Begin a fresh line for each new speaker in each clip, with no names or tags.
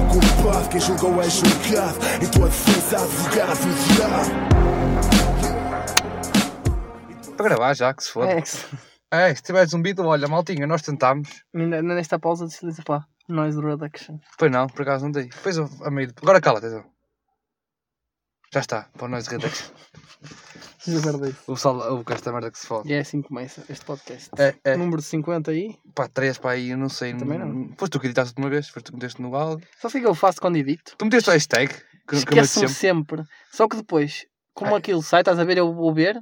julgado, quem julgou é julgado. Em tua defesa, advogado, advogado.
Para gravar já, que se foda.
É, isso.
É, se tiver zumbido, olha, maltinha, nós tentámos.
Ainda- ainda nesta pausa de silêncio, pá. Noise reduction.
Pois não, por acaso não dei. Pois eu, a meio. de- Agora cala-te então. Já está, para nós redax.
Já guardei.
O pessoal ouve com esta merda que se fode.
E é assim que começa este podcast.
É, é,
Número 50 aí.
pá, três para aí, eu não sei.
Também não.
Foste tu que editaste de uma vez, foste tu que meteste no áudio.
Só sei que eu faço quando edito.
Tu meteste o hashtag, que, que eu meto
Esqueço-me
sempre.
sempre. Só que depois, como
Ai.
aquilo sai, estás a ver, eu vou ver.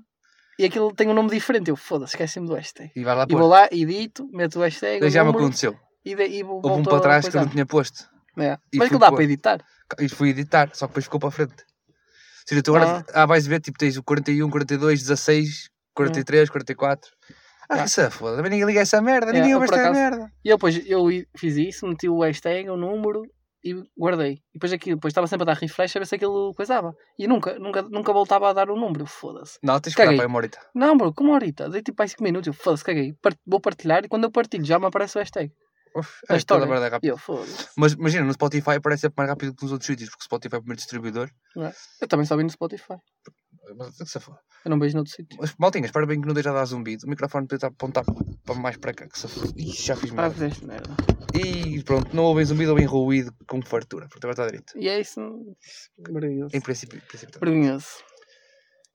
E aquilo tem um nome diferente. Eu foda-se, esqueci-me do hashtag.
E vai lá
E vou
pôr.
lá, edito, meto o hashtag. o
Daí já me
número,
aconteceu.
E, de, e vou
Houve um
volto
para
a
trás que eu
coisar.
não tinha posto.
É.
e
Mas
fui
aquilo dá
pôr.
para editar.
E fui editar, só que depois ficou para a frente. Sim, tu agora ah. vais ver, tipo, tens o 41, 42, 16, 43, 44. Ah,
Hum. Ah.
que se foda, também ninguém liga a essa merda,
É,
ninguém
eu
ouve
por
esta
acaso-
merda.
E eu depois eu i- fiz isso, meti o hashtag, o número e guardei. E depois aquilo, depois estava sempre a dar refresh a ver se aquilo coisava. E nunca, nunca, nunca voltava a dar o número, foda-se.
Não, tens que ficar
Caguei.
para a memória.
Não, bro, como horita? Dei tipo aí 5 minutos, eu foda-se, caguei. Par- vou partilhar e quando eu partilho já me aparece o hashtag.
Uf,
A
é, toda
história.
a merda é rápida.
E eu, foda-se.
Mas imagina, no Spotify aparece sempre mais rápido que nos outros sítios, porque o Spotify é o primeiro distribuidor.
Eu também só vi no Spotify.
Mas, que se foda.
Eu não vejo noutro sítio.
Mas maltinha, espero bem que não deixe a dar zumbido. O microfone tenta apontar para mais para cá, que se foda. Ih, já fiz
Ah,
merda.
fizeste merda.
E pronto, não ouvem zumbido, ouvem ruído com fartura, porque agora está direito.
E é isso. hum, Vergonhoso.
Em princípio, em princípio tá está
Vergonhoso.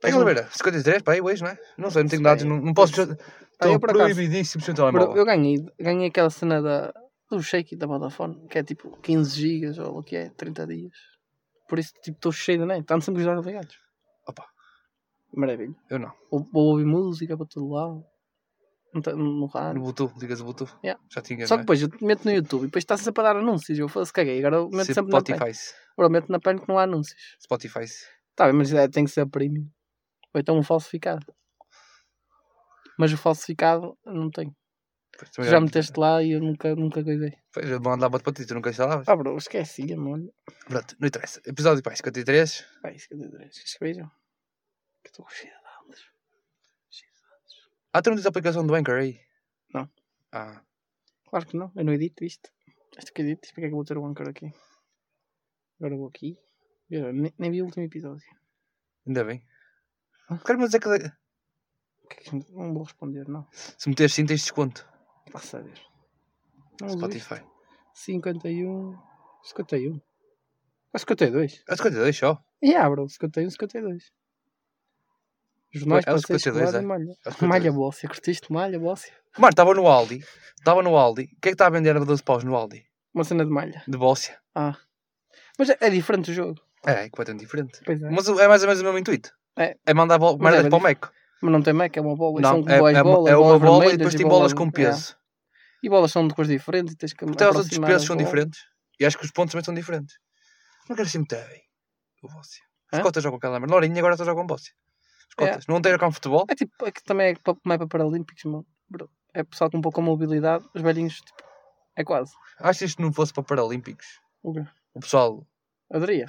Pá, Oliveira, 53, pá, aí hoje, não é? Não sei, não tenho dados, não, não posso. Tá, Estou
Ah, eu por acaso.
proibidíssimo sem
Bro,
telemóvel.
eu ganhei, ganhei aquela cena da, do shake da Vodafone, que é tipo 15 gigas ou o que é, 30 dias. Por isso, tipo, estou cheio de net. Estamos sempre os dados ligados.
Opa.
Maravilha.
Eu não.
Vou, vou ouvir música para todo lado. No, te- no
No
rádio.
Bluetooth, ligas o Bluetooth.
Yeah.
Já tinha.
Só
não
que
é?
depois eu meto no YouTube e depois está sempre a dar anúncios. Eu falo, se caguei, agora eu meto sempre na pena.
Spotify.
Agora meto na pena que não há anúncios.
Spotify.
Tá bem, mas é, tem que ser premium. Ou então um falsificado. Mas o falsificado eu não tenho.
Pois, é.
Tu
também
já meteste lá e eu nunca, nunca coisei.
Pois, eu vou andar bate para ti, tu nunca instalavas.
Ah, bro, esqueci, amor.
Ah, Pronto, não interessa. Episódio, pá, 53.
Vai, 53. Vocês viram? Que estou cheio de ondas.
Ah, tu não tens a aplicação do Anchor aí?
Não.
Ah,
Claro que não, eu não edito isto. Isto que edito, porque é que eu vou ter o Anchor aqui? Agora vou aqui. Eu nem, nem vi o último episódio.
ainda bem. Quero-me dizer que
O que é que- Não vou responder, não.
se meteres sim tens desconto.
Vá saber. Não uso isto.
Spotify.
51. 51. Ah, 52.
Ah, 52, só.
E um, abro, 51, 52. Jornais
É o
para ser
52,
escolar
é.
e malha.
É o 52.
Malha Bóssia, curtiste malha Bóssia?
Mano, estava no Aldi. Estava no Aldi. O que é que está a vender a 12 paus no Aldi?
Uma cena de malha.
De Bóssia.
Ah. Mas é, é diferente o jogo.
É, é completamente diferente.
Pois é.
Mas o- é mais ou menos o mesmo intuito.
É.
mandar bol-
Mas é
merdas
bem
para o Meco.
Mas não tem Mac, é uma bola.
Não,
são
é,
bolas,
é,
bolas,
é uma
bolas
bola e
vermelhas
depois tem bolas com
é.
peso. Então
E bolas são de cores diferentes e tens que
Até os outros
aproximar
pesos
as
são
bolas.
diferentes. E acho que os pontos também são diferentes. Não quero assim muito bem. O Bóssia. Os
Hã?
cotas jogam aquela merda. Lorinha agora só jogam Bóssia. Os
É.
cotas. Não tem a ver com futebol.
É tipo, é que também é para, não é para Paralímpicos, mano. Bro, É pessoal com pouca mobilidade, os velhinhos, tipo, é quase.
Acho que isto não fosse para Paralímpicos.
O quê?
O pessoal.
Aderia.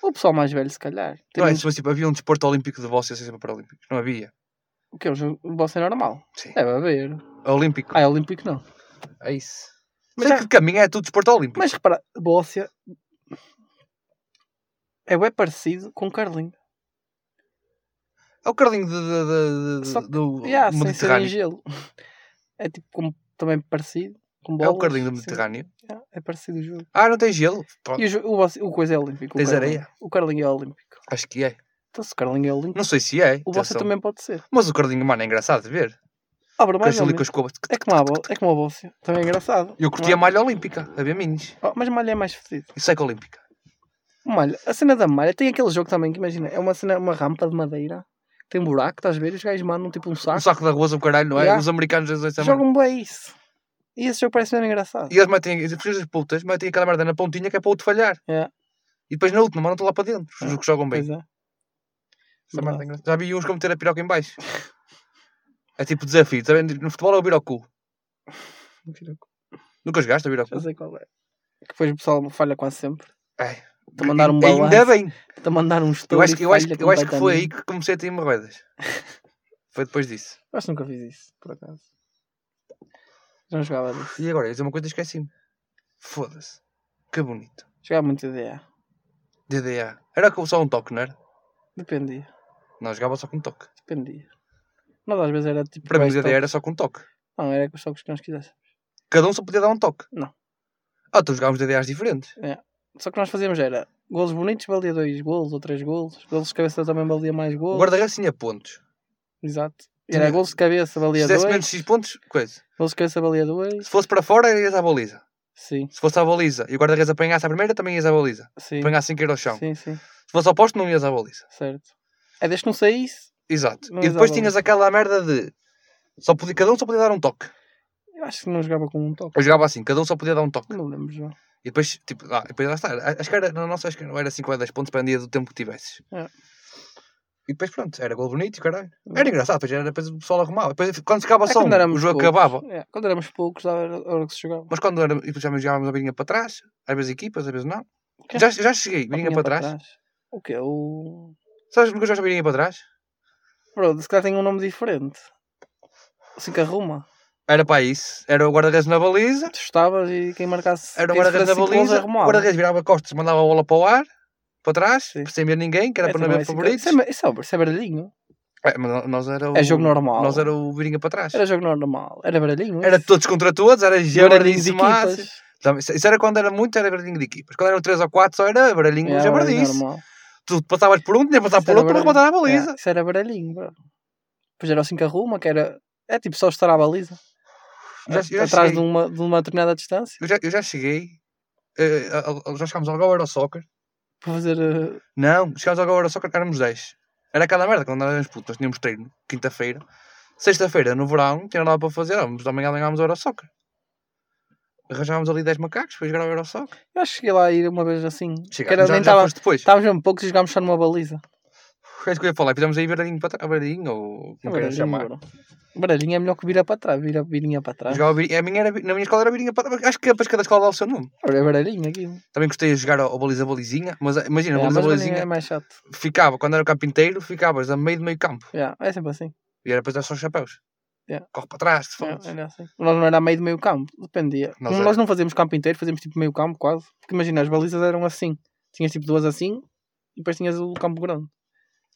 Ou o pessoal mais velho, se calhar.
Não é, se
Teríamos-
fosse tipo, havia um desporto olímpico de Bóssia sem ser para Paralímpicos. Não havia.
O que é? O bolso é normal.
Sim.
Deve haver.
Olímpico.
Ah, é olímpico não.
É isso.
Mas
Mas é
já-
que caminho é tudo desporto olímpico.
Mas repara, Bóssia é bem parecido com Carlinho.
É o carlinho de, de- de- de-
Só que-
do
Yeah, sem ser em
Mediterrâneo.
gelo. É tipo como- também parecido com
É
bolas.
o carlinho do
sim.
Mediterrâneo.
Yeah, é parecido o jogo.
Ah, não tem gelo?
E o, jo- o, Bossi- o coisa é olímpico. o
Tens
Carlinho.
areia?
O Carlinho é olímpico.
Acho que é.
Então se o Carlinho é olímpico,
Não sei se é.
o Bóssia
atenção.
também pode ser.
Mas o Carlinho, mano, é engraçado de ver.
Ah, bro,
Com
mais
as
ou
ali com
menos.
as cobas.
É como, a, Bo- é como a Bóssia. Também é engraçado.
Eu curti a
malha.
malha olímpica, a ver minis.
mas malha é mais fedido.
E seca olímpica.
Malha. A cena da malha tem aquele jogo também que imagina. É uma cena, uma rampa de madeira. Tem um buraco, estás a ver? Os gajos mandam tipo um
Um
saco.
saco de arroz, o caralho, não é?
Yeah.
Os americanos às vezes também.
Jogam bem isso. E esse jogo parece mesmo engraçado.
E eles metem, as as putas metem aquela merda na pontinha que é para o outro falhar.
Yeah.
E depois na última, mandam-te lá para dentro. Os
Yeah.
que jogam bem.
Pois é.
Essa merda é engraçada. Já vi uns como meter a piroca em baixo. É tipo desafio, tá vendo? No futebol é o birocu. Nunca jogaste a
Já
birocu?
sei qual é. Que depois o pessoal falha quase sempre.
É.
Te mandaram um
Ainda
balanço.
bem.
Está a mandar um
Eu
story.
acho, que- eu, acho,
falha
que- eu acho que foi
completamente.
aí que comecei a ter hemorroidas. Foi depois disso.
Acho que nunca fiz isso, por acaso. Já não jogava disso.
E agora, eu ia dizer uma coisa e esqueci-me. Foda-se. Que bonito.
Jogava muito DDA.
DDA. Era com só um toque, não era?
Dependia.
Não, jogava só com toque.
Dependia. Nós às vezes era tipo.
Para mim,
mais
o DDA
toque.
era só com toque.
Não, era com os toques que nós quiséssemos.
Cada um só podia dar um toque.
Não.
Ah, então jogávamos DDAs diferentes.
Só que nós fazíamos era golos bonitos, valia dois golos ou três golos. Golos de cabeça também valia mais
O
golos.
guarda-redes tinha pontos.
Exato.
Tinha-
Era golos de cabeça,
Se
valia
tivesse
dois.
menos X pontos, coisa.
Golos de cabeça, valia dois.
Se fosse para fora, ias à baliza.
Sim,
Se fosse à baliza e o guarda-redes apanhasse a primeira, também ias à baliza.
sim.
Apanhasse sem cair ao chão.
Sim, sim.
Se fosse ao posto, não ias à baliza.
Certo. É desde que não saísse.
Exato.
Não
e
ias à
depois
baliza.
tinhas aquela merda de. Só podia, cada um só podia dar um toque.
Eu acho que não jogava com um toque.
Eu jogava assim, cada um só podia dar um toque.
Não lembro, João.
E depois, tipo, ah, e depois lá está. A- Acho que era, na nossa, acho que não era 5 ou 10 pontos, dependia do tempo que tivesses.
É.
E depois, pronto, era gol bonito, e caralho. Era engraçado, depois, era, depois o pessoal arrumava. Depois, quando ficava
É
só
quando
um, o
éramos
jogo
poucos.
acabava.
É, quando éramos poucos, dava a hora que se jogava.
Mas quando era, e depois já jogávamos a birinha para trás, às vezes equipas, às vezes não.
Quê?
Já, já cheguei, birinha
Vinha
para trás.
O quê? O.
Sabes porque eu já joguei birinha para trás?
Bro, se calhar tem um nome diferente. Assim que arruma.
Era para isso. Era o guarda-redes na baliza.
Tu estavas e quem marcasse.
Era o
quem se
guarda-redes na
fizesse cinco golos
baliza. O
arrumava.
guarda-redes virava costas, mandava a bola para o ar, para trás,
Sim.
sem ver ninguém, que era
É,
para não
também
ver
assim,
favoritos.
Isso é, isso é, isso é baralhinho.
É, mas no- nós era o,
É jogo normal.
Nós era o birinha para trás.
Era jogo normal. Era baralhinho.
Era
isso.
todos contra todos, era
Baralhinho de
jabardinho
equipas.
Isso era quando era muito, era baralhinho de equipas. Quando eram 3 ou 4, só era baralhinho
É, Era
yeah,
baralhinho
jabardice.
normal.
Tu passavas por um, tinha que passar
Isso
por
era
outro para
baralhinho.
rematar a baliza.
É, Isso era baralhinho, bro. Depois era o 5 arruma, que era. É tipo só estar à baliza.
Já- já
É, atrás de um.
cheguei.
uma, de uma determinada distância.
Eu, já, eu já cheguei, eh, ao- ao- já chegámos ao Go Euro Soccer.
Para fazer. uh,
Não, chegámos ao Go Euro Soccer, éramos 10. Era aquela merda, quando nós éramos putos, nós tínhamos treino, quinta-feira. Sexta-feira, no verão, não tinha nada para fazer, vamos da manhã ganhámos o Euro Soccer. Arranjámos ali 10 macacos, foi jogar ao Euro Soccer.
Eu acho que cheguei lá a ir uma vez assim. que
Chegámos,
era,
já,
nem
já
estava.
foste depois.
Estávamos mesmo poucos e jogámos só numa baliza.
É isso que eu ia falar, fizemos aí Verdinho para trás, Verdinho, ou como queiras
Baralhinho,
chamar.
bro. Baralhinho é melhor que vira para trás. Vira virinha para trás.
Jogava biri- a minha era, na minha escola era birinha para Acho que depois cada escola dá o seu nome.
É baralhinho aquilo.
Também gostei de jogar ao, ao baliza balizinha, mas ah, imagina,
É, mas
baliza
baralhinho
balizinha
é mais chato.
ficava, quando era o campo inteiro, ficavas a meio do meio campo.
Yeah, é sempre assim.
E era depois era só os chapéus.
Yeah.
Corre para trás, se
Yeah,
fodes.
era assim. Nós não era a meio do meio campo, dependia.
Nós
Como
era.
nós não fazíamos campo inteiro, fazíamos tipo meio campo quase. Porque imagina, as balizas eram assim. Tinhas tipo duas assim e depois tinhas o campo grande.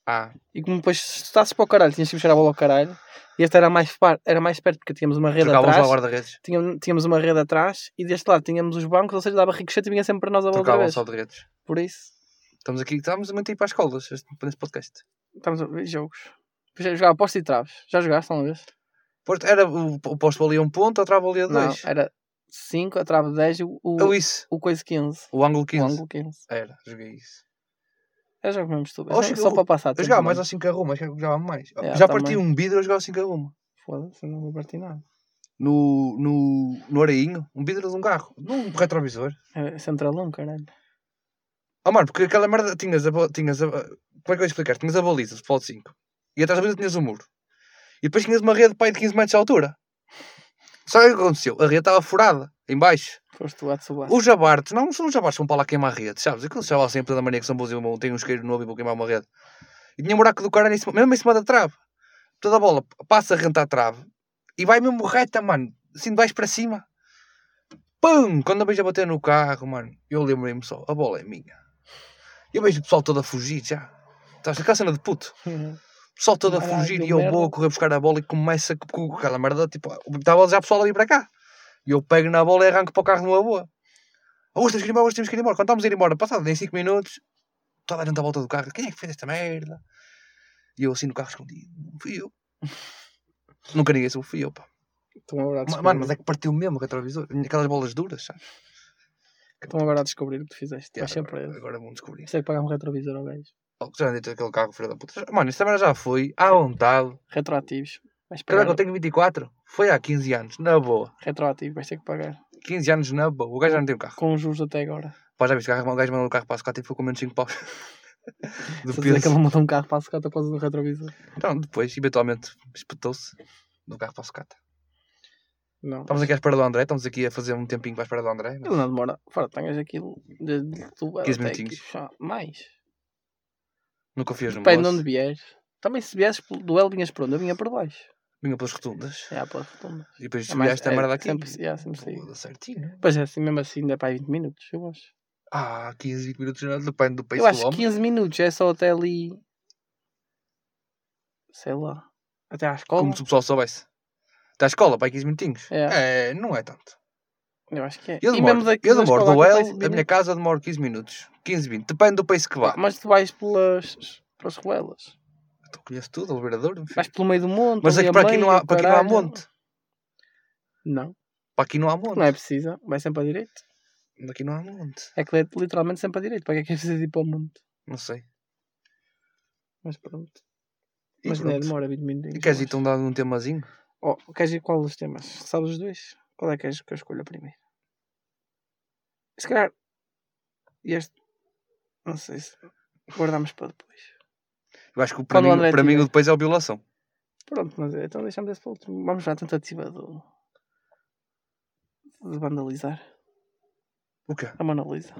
Ah,
E como depois se estás para o caralho, tinhas que puxar a bola ao caralho. E este era mais, par, era mais perto porque tínhamos uma rede
trocávamos lá
atrás.
o guarda-redes.
Tínhamos, tínhamos uma rede atrás e deste lado tínhamos os bancos, ou seja, dava ricochete e vinha sempre para nós a bola outra
Trocavam
vez.
só de redes.
Por isso,
Estamos aqui, estávamos muito aí para as escolas, este- nesse podcast.
estamos a ver jogos. Depois eu Jogava postos e traves. Já jogaste uma vez?
Porto, era o, o posto valia um ponto, a trava valia
Não,
dois.
era 5, a trave 10 e o,
Ou
o,
isso,
o coisa 15.
o ângulo
O
15.
ângulo 15.
Era, joguei isso.
Eu jogo mesmo estúpido.
Eu
só-
acho que
só
eu-
para passar.
Eu
tempo,
jogava mais
mano.
ao 5 a 1, mas jogava mais.
Yeah,
Já parti
também.
um vidro, eu jogava ao 5 a 1.
Foda-se, eu não vou partir nada.
no, no, no Areinho, um vidro de um carro, num retrovisor.
É centralão, caralho.
Oh, mano, porque aquela merda tinhas a, bo- tinhas a. Como é que eu ia explicar? Tinhas a baliza, futebol de 5. E atrás da baliza tinhas um muro. E depois tinhas uma rede pai de 15 metros de altura. Sabe o que aconteceu? A rede estava furada, em baixo.
Foste tu a Tsubasa.
Os jabartos, não, são os jabartos que vão para lá queimar a rede, sabes? Aquilo sei lá sempre da mania que são bons e vão- têm um isqueiro novo e vão queimar uma rede. E tinha um buraco do caralho, em cima- mesmo em cima da trave. Toda a bola passa rente à trave e vai mesmo reta, mano. Assim, de baixo para cima. Pum! Quando a beija bater no carro, mano, eu lembrei-me só, a bola é minha. Eu vejo o pessoal todo a fugir já. Estás aquela cena de puto. O pessoal todo a
Caralho,
fugir e eu
merda.
vou a correr buscar a bola e começa com com aquela merda, tipo, estava já o pessoal a vir para cá. E eu pego na bola e arranco para o carro numa boa. Hoje temos que ir embora, hoje temos que ir embora. Quando estamos a ir embora, passado nem 5 minutos, toda a gente à volta do carro, quem é que fez esta merda? E eu assim no carro escondido, não fui eu. Nunca ninguém soube, fui eu, pá.
Estão agora a
Ma-
descobrir.
Mano, mas é que partiu mesmo o retrovisor. Aquelas bolas duras, sabes?
Estão agora a descobrir o que tu fizeste. tipo, Vais ser
agora,
preso.
agora vão descobrir.
Isso é que pagar um retrovisor ao gajo.
Oh, já andei todo aquele carro, filho da puta. Mano, esta merda já foi, à vontade.
Retroativos. Vais pagar.
Caraca, eu tenho 24. Foi há 15 anos, na boa.
Retroativo, vais ter que pagar.
15 anos na boa. O gajo já não tem o carro.
Com os juros até agora.
Pá, já viste, o carro- o gajo mandou o carro para a Scott e ficou com menos 5 paus. Do
Se dizer que
peso.
ele montou um carro para a secata após o retrovisor.
Então, depois, eventualmente, espetou-se do carro para a Scott.
Não.
Estamos aqui à espera do André, estamos aqui a fazer um tempinho para a espera do André.
Ele não demora. Fora, tenhas aquilo desde tu até
15
aqui.
minutinhos.
Já, Mais.
Não confias no
Depende de onde
moço.
vieres. Também se vieses pelo- do L vinhas por onde? Eu vinha por baixo.
Vinha pelas rotundas.
É, pela rotunda.
E depois
É mais-
subiaste a
é
merda aqui.
Sempre, é, sempre saí.
Foda, certinho.
Pois é, assim mesmo assim ainda é para aí 20 minutos, eu acho.
Ah, 15, 20 minutos não depende do país
Eu acho
do
que
homem.
15 minutos é só até ali. Sei lá. Até à escola.
Como se o pessoal soubesse. Da escola, para aí 15 minutinhos.
É.
É, não é tanto.
Eu acho que é.
Eu
E
demoro,
mesmo daqui
eu
da
demoro
escola
do
até
L,
ao
a minha casa demoro 15 minutos. 15, 20. Depende do país que vá.
Mas tu vais pelas, pelas ruelas.
Tu conheces tudo, o liberador, enfim.
Vais pelo meio do monte.
Mas
ali
é que
a né?
para aqui,
meio,
não há, para aqui não há
caralho.
monte.
Não,
Para aqui não há monte.
não é preciso. Vai sempre à direita.
Aqui não há monte.
É que é literalmente sempre à direita. Para que é que é preciso ir para o monte?
Não sei.
Mas pronto.
E
Mas não é,
pronto.
demora 20 minutos.
E queres ir então dar um temazinho?
Oh, queres ir qual dos temas? Sabes os dois? Qual é que és que eu escolho primeiro? Se calhar. Este. Não sei se. Guardamos para depois.
Eu acho que o- para
Quando o
mim,
André
para mim
tiver.
o depois é o violação.
Pronto, mas é, então deixamos esse para o último. Vamos já à tentativa do. de vandalizar
O quê?
a Mona Lisa.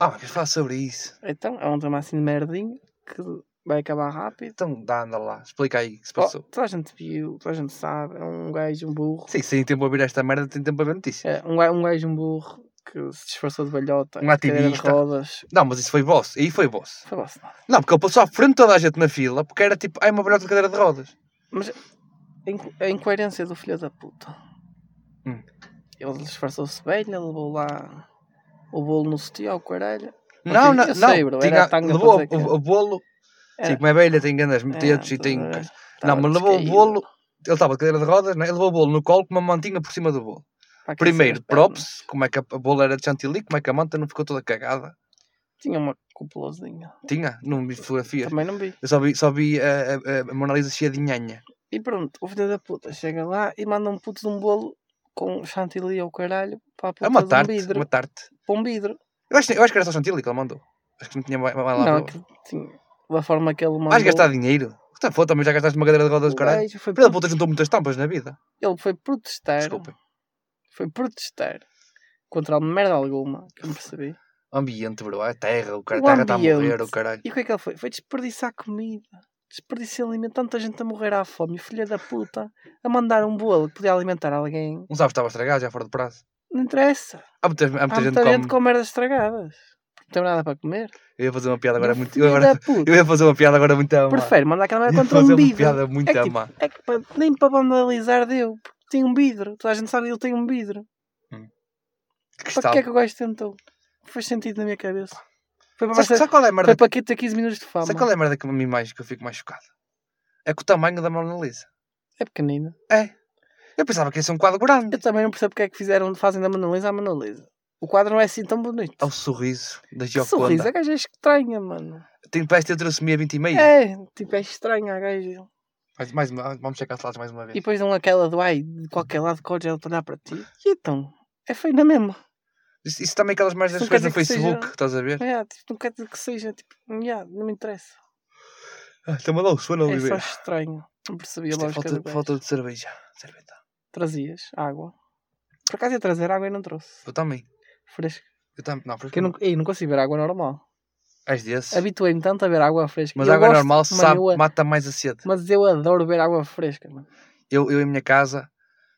Ah, mas queres falar sobre isso?
Então, é um tema assim de merdinho que vai acabar rápido.
Então dá, anda lá. Explica aí o que se
Oh,
passou.
toda a gente viu, toda a gente sabe. É um gajo, um burro.
Sim, sem tempo a ouvir esta merda, tem tempo a ver notícias.
É, um, ga- um gajo, um burro que se disfarçou de balhota.
Um
de cadeira de
ativista.
rodas.
Não, mas isso foi boss. Aí foi boss.
Foi lá, se não.
Não, porque ele passou à frente de toda a gente na fila, porque era tipo, ai, uma balhota de cadeira de rodas.
Mas a inco- a incoerência do filho da puta.
Hum.
Ele disfarçou-se bem, ele levou lá o bolo no sutiã, o caralho. Mas
Não,
sim,
não,
eu
não.
sei, bro, era a
tinha,
tanga
levou
para dizer que era.
o, o bolo.
Era.
Sim, como é velha, tem grandes
É,
metidos e tem.
estás a ver?
Não,
Tava
mas levou o
descaído.
bolo. Ele estava de cadeira de rodas, né? ele levou o bolo no colo com uma mantinha por cima do bolo.
Para aquecer
Primeiro,
as pernas.
props, como é que a a bola era de chantilly, como é que a manta não ficou toda cagada?
Tinha uma cupulosinha.
Tinha, não vi fotografias.
Também não vi.
Eu só vi, só vi a, a, a Mona Lisa cheia de nhanha.
E pronto, o filho da puta chega lá e manda um puto de um bolo com chantilly ao caralho para a puta
A
de um
matar-te,
vidro.
a matar-te.
Para um vidro.
Eu acho, eu acho que era só chantilly que ele mandou. Acho que não tinha mais mais lá.
não,
para-
que tinha. Da forma que ele mandou.
Vais gastar dinheiro? O que foda, também já gastaste uma cadeira de rodas,
o
caralho.
gajo foi,
Filha da puta juntou muitas tampas na vida.
ele foi protestar.
Desculpem.
foi protestar contra a merda alguma, que eu não percebi.
O ambiente, bro. A terra, o cara,
O
a terra está a morrer,
ambiente.
o caralho.
E o que é que ele foi? Foi desperdiçar comida, desperdiçar alimento, tanta gente a morrer à fome, filha da puta, a mandar um bolo que podia alimentar alguém.
Não sabes, estava estragado, já fora de prazo.
Não interessa.
Há muita, há muita
Há muita
gente
gente,
que come.
com merdas estragadas. Não tem nada para comer.
Eu ia fazer uma piada agora é
Não,
muito. Eu,
filha
agora,
da puta.
eu ia fazer uma piada agora muito amada.
Prefere mandar aquela merda
Ia
contra
fazer
um
uma
vidro.
piada muito
É que, tipo,
amada.
é que para- nem para vandalizar deu, porque tem um vidro. Toda a gente sabe que ele tem um vidro. Para que é que o gajo tentou? Não Fez sentido na minha cabeça. Foi para,
Sabe,
passar-
sabe qual é a merda?
foi para aqui ter 15 minutos de fama.
Sabe qual é a merda que, a mim mais, que eu fico mais chocado? É com o tamanho da Mona Lisa.
É pequenina.
É. Eu pensava que ia ser um quadro grande.
Eu também não percebo porque é que fizeram, fazem da Mona Lisa a Mona Lisa. O quadro não é assim tão bonito.
Ao sorriso da
Que sorriso, a
um Gioconda.
gaja é estranha, mano.
Tem, parece ter trosomia 20 e meia.
É, tipo, é estranha a gaja.
Mais, mais uma- vamos checar as lados mais uma
E
vez.
depois dão aquela do ai, de qualquer lado, corre ela para olhar para ti. E então? É feio na mesma.
Isso, isso também é aquelas merdas
Isso
das
não quer
coisas no
dizer que
Facebook,
seja-
estás a ver?
É, tipo, não quer dizer que seja, tipo, yeah, não me interessa.
Está a mandar Ah, o Suana
É só
Oliveira.
estranho. Não percebi a
Isto é
lógica do
falta,
gajo.
falta de cerveja. Cerveja.
Trazias água. Por acaso ia trazer água e não trouxe.
Eu também.
Fresco.
Eu também. Não, por
Porque eu não, ei, não consigo ver água normal.
És desses.
Habituei-me tanto a ver água fresca.
Mas
E eu
água
gosto,
normal
mano,
sabe,
eu a-
mata mais a sede.
Mas eu adoro beber água fresca, mano.
Eu, eu em minha casa,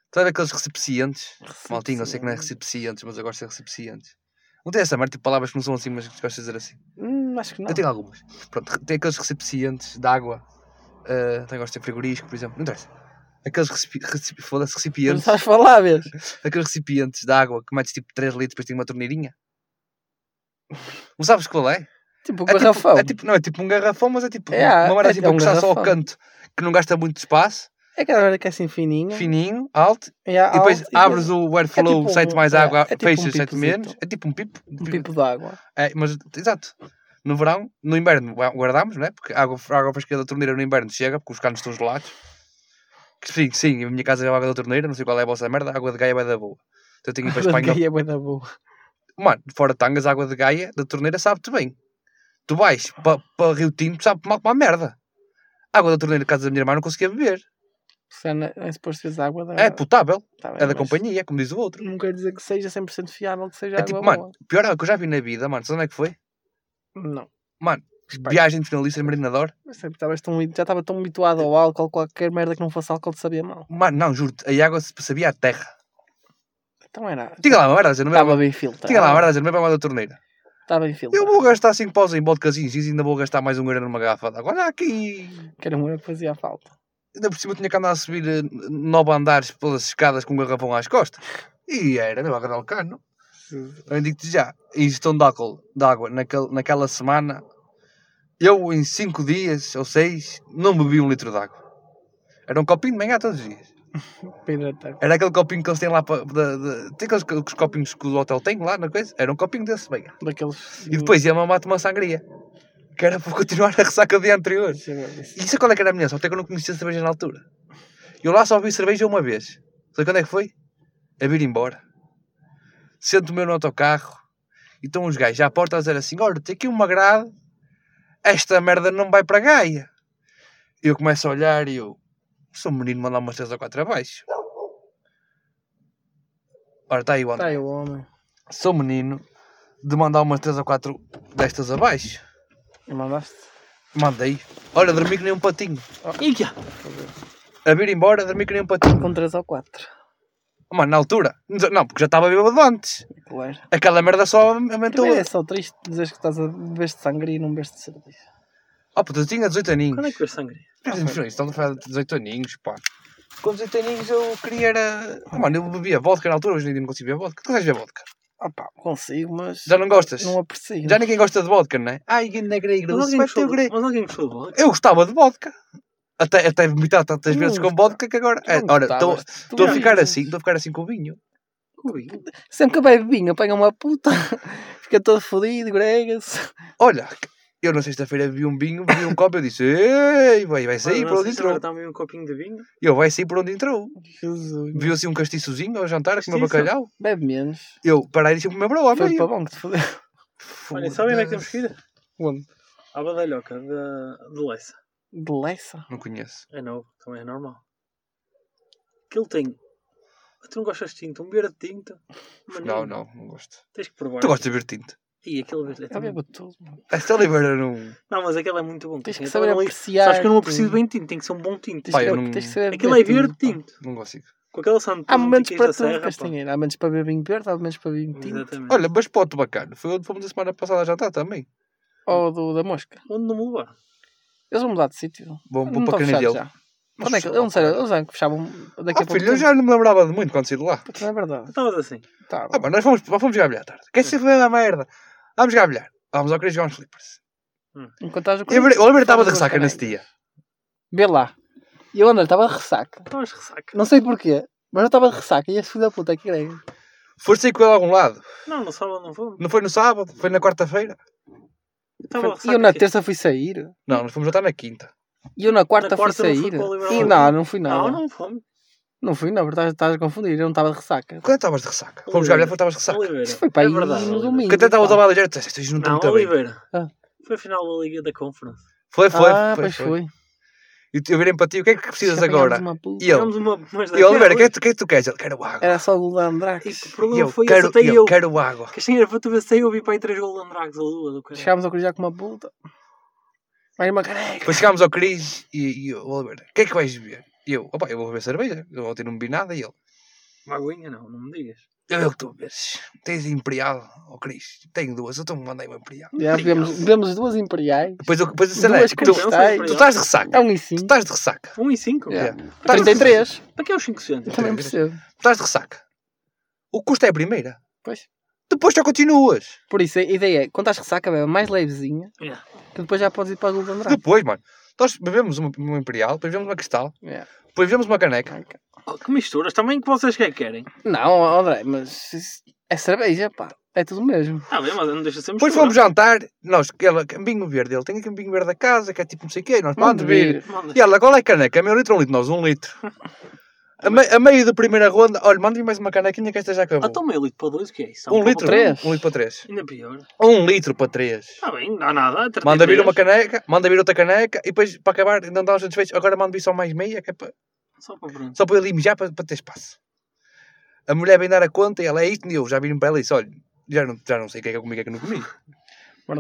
estás a ver aqueles recipientes? Maltinho, eu sei que não é
Recepção.
recipientes, mas eu gosto de recipientes. Não tem essa merda, tipo palavras que não são assim, mas que gostas de dizer assim.
Hum, acho que não.
Eu tenho algumas. Pronto, re- tem aqueles recipientes de água. ah, também gosto de ter frigorífico, por exemplo. Não interessa. Aqueles recipi- recipi- foda-se,
Tu não
recipientes.
sabes falar, vês?
Aqueles recipientes de água que metes tipo 3 litros, depois tem uma torneirinha. Não sabes qual é?
Tipo,
É tipo-
um garrafão.
é tipo, não, é tipo um garrafão, mas é tipo
É,
uma merda
é
assim
tipo
para
um
puxar só ao
garrafão.
canto, que não gasta muito espaço,
É aquela merda que é assim fininha.
fininho, alto,
é alto
e depois abres
um,
o airflow,
tipo
sai-te
um-
mais
é,
água,
é tipo um
peixes, sai-te
pipozito.
menos. É tipo um pipo. um pipo.
pipo de água.
É, mas, exato. No verão, no inverno gua- guardamos, não é? Porque a água, a água fresca da torneira no inverno chega, porque os canos estão gelados. Que Sim, sim, a minha casa é a água da torneira, não sei qual é a vossa merda, a água de Gaia vai da boa. Então eu tenho que ir para a Espanha
Espanha. é bué da boa.
Mano, fora tangas, água de gaia, da torneira, sabe-te bem. Tu vais para pa Rio Tinto, sabe mal como a merda. A água da torneira de casa da minha irmã não conseguia beber.
Se não é suposto seres água da...
É potável,
tá bem,
é da
mas
companhia, como diz o outro.
Não quer dizer que seja 100% fiável, que seja
É
água
tipo,
boa.
mano, o pior água que eu já vi na vida, mano, sabe onde é que foi?
Não.
Mano,
Espanha.
Viagem de finalista em Marinador.
Mas sempre estavas tão, já estava tão habituado ao álcool, qualquer merda que não fosse álcool te sabia mal.
Mano, não, juro-te, a água se sabia à terra.
Então era...
Diga lá uma merda, a dizer, não é?
Estava bem filtrado.
Diga lá uma merda, a dizer, não é para a água da torneira.
Está bem filtrado.
Eu vou gastar 5 paus em vodkazinhos e ainda vou gastar mais um euro numa garrafa de água. Olha aqui!
Que era um euro que fazia falta.
Ainda por cima tinha que andar a subir eh, nove andares pelas escadas com um garrafão às costas. E era, é meu, agarrar o cano. Eu digo-te já, a ingestão de álcool, de água, naquele, naquela semana, eu em 5 dias ou 6 não bebi um litro de água. Era um copinho de manhã todos os dias.
Para hidratar.
Era aquele copinho que eles têm lá para. de- de- tem aqueles co- os copinhos que o hotel tem lá na coisa? Era um copinho desse de manhã.
Daqueles.
E depois ia mamar-te uma sangria. Que era para continuar a ressaca do dia anterior.
Deixa eu ver isso.
E isso qual é que era a minha? Só até que eu não conhecia cerveja na altura. Eu lá só vi cerveja uma vez. Sabe quando é que foi? A vir embora. Sento-me eu no autocarro e estão os gajos à porta a dizer assim: olha, tem aqui uma grade, esta merda não vai para Gaia. Eu começo a olhar e eu sou um menino, mandar umas 3 ou 4 abaixo. Ora, está aí o
Está
André.
Tá aí o homem.
Sou menino de mandar umas 3 ou 4 destas abaixo.
E mandaste. Oh.
Mandei. Olha, dormi que nem um patinho.
E que
A vir embora, dormi que nem um patinho.
Com 3 ou 4.
Mano, na altura. Não, porque já estava bêbado antes.
Claro.
Aquela merda só aumentou.
Primeiro Então é só triste dizeres que estás a beber de sangria e não bebes de cerveja.
Oh, puta, eu tinha 18 aninhos. então
Quando é que vês sangria?
Não, Isso estão a falar de 18 aninhos, pá. Com 18 aninhos eu queria era. Oh, mano, eu bebia vodka na altura, hoje em dia não consigo beber vodka. Tu consegues beber vodka?
Ah pá, consigo, mas.
Já não gostas?
Não aprecio.
Já ninguém gosta de vodka, não é? Ai, que negra e
Mas
grosso.
alguém
Mas
gostou
eu,
de- mas alguém gostou de vodka?
eu gostava de vodka. Até, até vomitar tantas
Não
vezes com
gostava.
vodka que agora.
Não
É, ora, estou
gostavas. Tu
estou a
já
ficar
dizes.
assim, estou a ficar assim com o vinho.
Ui,
Sempre que bebe vinho, apanha uma puta, fica todo fodido, grega-se.
Olha, eu na sexta-feira bebi um vinho, bebi um copo, eu disse, ei, vai, vai sair
Olha,
por
não
onde
sei se
entrou.
agora Está meio um copinho de vinho.
E eu, vai sair por onde entrou.
Jesus.
Viu assim um castiçozinho ao jantar, comer
Castiço?
bacalhau.
Bebe menos.
Eu, parei, deixa-me comer para o
Foi
homem.
para bom que te fodeu.
Olha, sabem onde é que temos que ir?
Onde?
À badalhoca de, de Leça.
De Leça.
Não conheço.
É novo, também é normal. Que ele tem. Tu não gostas de tinta? Um beira de tinta? Mas
Não, não, não gosto.
Tens que provar.
Tu gostas de ver tinto.
E aquele beira é
Eu
tão bom.
bebo tudo. mano.
Esta Oliveira não...
Não, mas aquele é muito bom.
Tens que
Então
saber
eu não-
apreciar.
Sabes que eu não
tudo.
aprecio bem tinto, tem que ser um bom tinto.
Tens
Pá,
que-
eu não-
tens que saber
Aquilo é
beber
verde
tudo, pá.
tinto.
Não consigo.
Com aquela santo
Há momentos para tudo, Castanheira. Há momentos para beber vinho verde, há momentos para vinho tinto.
Exatamente.
Olha, mas pote bacana. Foi onde fomos a semana passada a jantar também.
Ou do, da mosca.
Onde não me levar?
Eles vão mudar de sítio.
Bom, vão
Não
para é
estão fechados
Canidelo.
já.
Mas
Quando é que...
só,
Eu não sei,
cara.
eles já fechavam daqui
Ah,
a pouco.
filho, eu
tempo.
já não me lembrava de muito quando saí de lá.
Puta, Não é verdade.
Estavas assim.
Tá,
Ah, mas nós fomos, nós fomos jogar bilhar à tarde. Quer ser a merda? Vamos jogar bilhar. Vamos ao querer jogar uns flippers.
enquanto estás a
Eu- O Oliveira estava de
Fazes
ressaca
os
nesse
caralhos.
dia.
Vê lá. E eu, André, estava de ressaca.
Estavas de ressaca.
Não sei porquê, mas eu estava de ressaca e esse filho da puta é- que grego.
Foste sair com ele a algum lado.
Não, no sábado não fomos.
Não foi no sábado? Foi na quarta-feira?
Estava de
E
ressaca. é.
eu na
aqui.
terça fui sair.
Não, nós fomos jantar na quinta.
E eu na quarta,
quarta
fui
não
sair.
fui para o Liberal
e
Clube.
não, não fui nada.
Não,
é.
Não,
não fomos.
fui, não, estás, estás a confundir. Eu não estava de ressaca.
Quando estavas de ressaca? Fomos jogar bilhar porque estavas de ressaca.
Oliveira.
Foi para
é
aí
verdade,
no
Oliveira.
domingo.
Que até estava a
pá.
tomar ligeiro, disseste, isto não está
Não,
muito bem.
Oliveira.
Ah.
Foi a final da Liga da Conference.
Foi, foi,
Ah,
foi,
pois
foi.
foi.
E tu- eu virei para ti, o que é que precisas
Já apanhámos
agora?
uma puta.
E ele,
Tivemos uma. Mas
e ele, Oliveira, o que, é que
daquelas-
tu- o que é que tu queres? Ele, quero água.
Era só o gol da Andrax.
E o
E
problema
eu,
foi esse,
quero,
até
e
eu.
eu, quero água.
Castanheira, para tu ver se eu vi para aí 3 golos de Andragos ou duas, do caralho.
Chegámos a cruzar com uma puta. Mais uma careca.
Depois chegámos ao Cris e, e eu, Oliveira, o que é que vais beber? E eu, opa, eu vou beber cerveja. Eu ontem não bebi nada. E ele,
Uma aguinha não, não me digas.
eu, eu que tu bebes. Tens imperial, ó Cris. Tenho duas, eu estou-me mandei uma imperial.
Já bebemos, bebemos duas imperiais.
Depois, eu- depois a cena é,
Duas
tu,
Cristais.
tu
Não foi Imperial.
estás de ressaca.
É um e
Tu
cinco.
estás de ressaca.
1 e 5?
Yeah.
Tá-
33.
Para que é os 5 cêntimos?
Também percebo.
Estás de ressaca. O custo é a primeira.
Pois.
Depois já continuas.
Por isso, a ideia é, quando estás de ressaca, bebe mais levezinha,
Yeah.
que depois já podes ir para o gol de Andrax.
Depois, mano, nós bebemos uma, uma Imperial, depois bebemos uma Cristal,
Yeah.
depois bebemos uma caneca.
Oh, Que misturas também que vocês que é que querem.
Não, André, mas isso é cerveja, pá. É tudo o mesmo.
Está Tá bem, mas não deixa de ser mistura.
Depois fomos jantar, nós, que ela, vinho verde, ele tem aqui um vinho verde da casa, que é tipo não sei o quê, nós vamos
Manda
vir.
Manda.
E ela, qual é a caneca? Meio litro ou um litro? Nós, um litro. A, mei- a meio da primeira ronda, olha, manda-me mais uma canequinha que esta já acabou.
Ah, então meio litro para dois, o que é isso? Há
um
copo
litro?
para três? Ah,
três?
Um litro para três.
Ainda pior.
Um litro para três.
Está bem, não há nada. há 33.
Manda vir uma caneca, manda vir outra caneca, e depois, para acabar, não dá os satisfeitos, agora manda vir só mais meia, que é para...
Só para pronto.
só para ele mijar para, para ter espaço. A mulher vem dar a conta e ela é isto, e eu já vim para ela e disse: olha, já não, já não sei o que é que eu comi, o que é que eu não comi.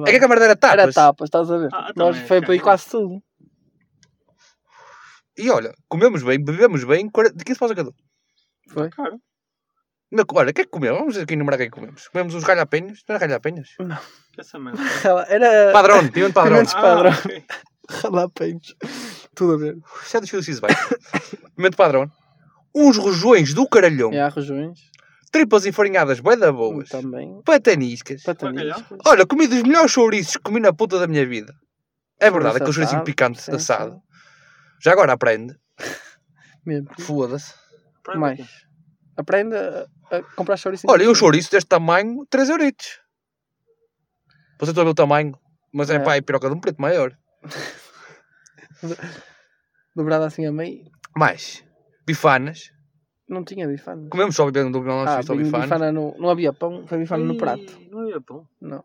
É que a camarada era tapas.
Era tapas, estás a ver?
Ah, tá
Nós
bem,
foi
ok.
para aí quase tudo.
E olha, comemos bem, bebemos bem, 40 de 15 paus a cada um.
Foi?
Claro.
Ainda co- olha, o que é que comemos? Vamos aqui enumerar o que é que comemos. Comemos uns galhapenhos. Não era galhapenhas?
Que essa merda. Ah,
Era.
Padrão, tinha um padrão.
Menos padrão.
ok.
Ralapenhos. Tudo a ver.
Isso é dos Filicis Baixos. Momento padrão. Uns rojões do caralhão.
E há rojões.
Tripas enfarinhadas bem da boas.
Também.
Pataniscas.
Pataniscas.
Olha, comi dos melhores chouriços que comi na puta da minha vida. É verdade, aquele chouriço picante,
sim,
assado.
sim.
Já agora aprende.
Mesmo.
Foda-se.
Pronto,
Mais.
ok.
Aprenda a- a comprar chouriço.
Olha, e um chouriço deste tamanho, 3 euritos. Você está a ver o tamanho, mas é,
É.
pá, é piroca de um preto maior.
Dobrado assim a meio.
Mais, bifanas.
Não tinha bifana.
Comemos só bebendo do não
Ah,
só
bem,
bifanas.
bifana no, não havia pão, foi bifana no
Ih,
prato.
Não é havia pão.
Não.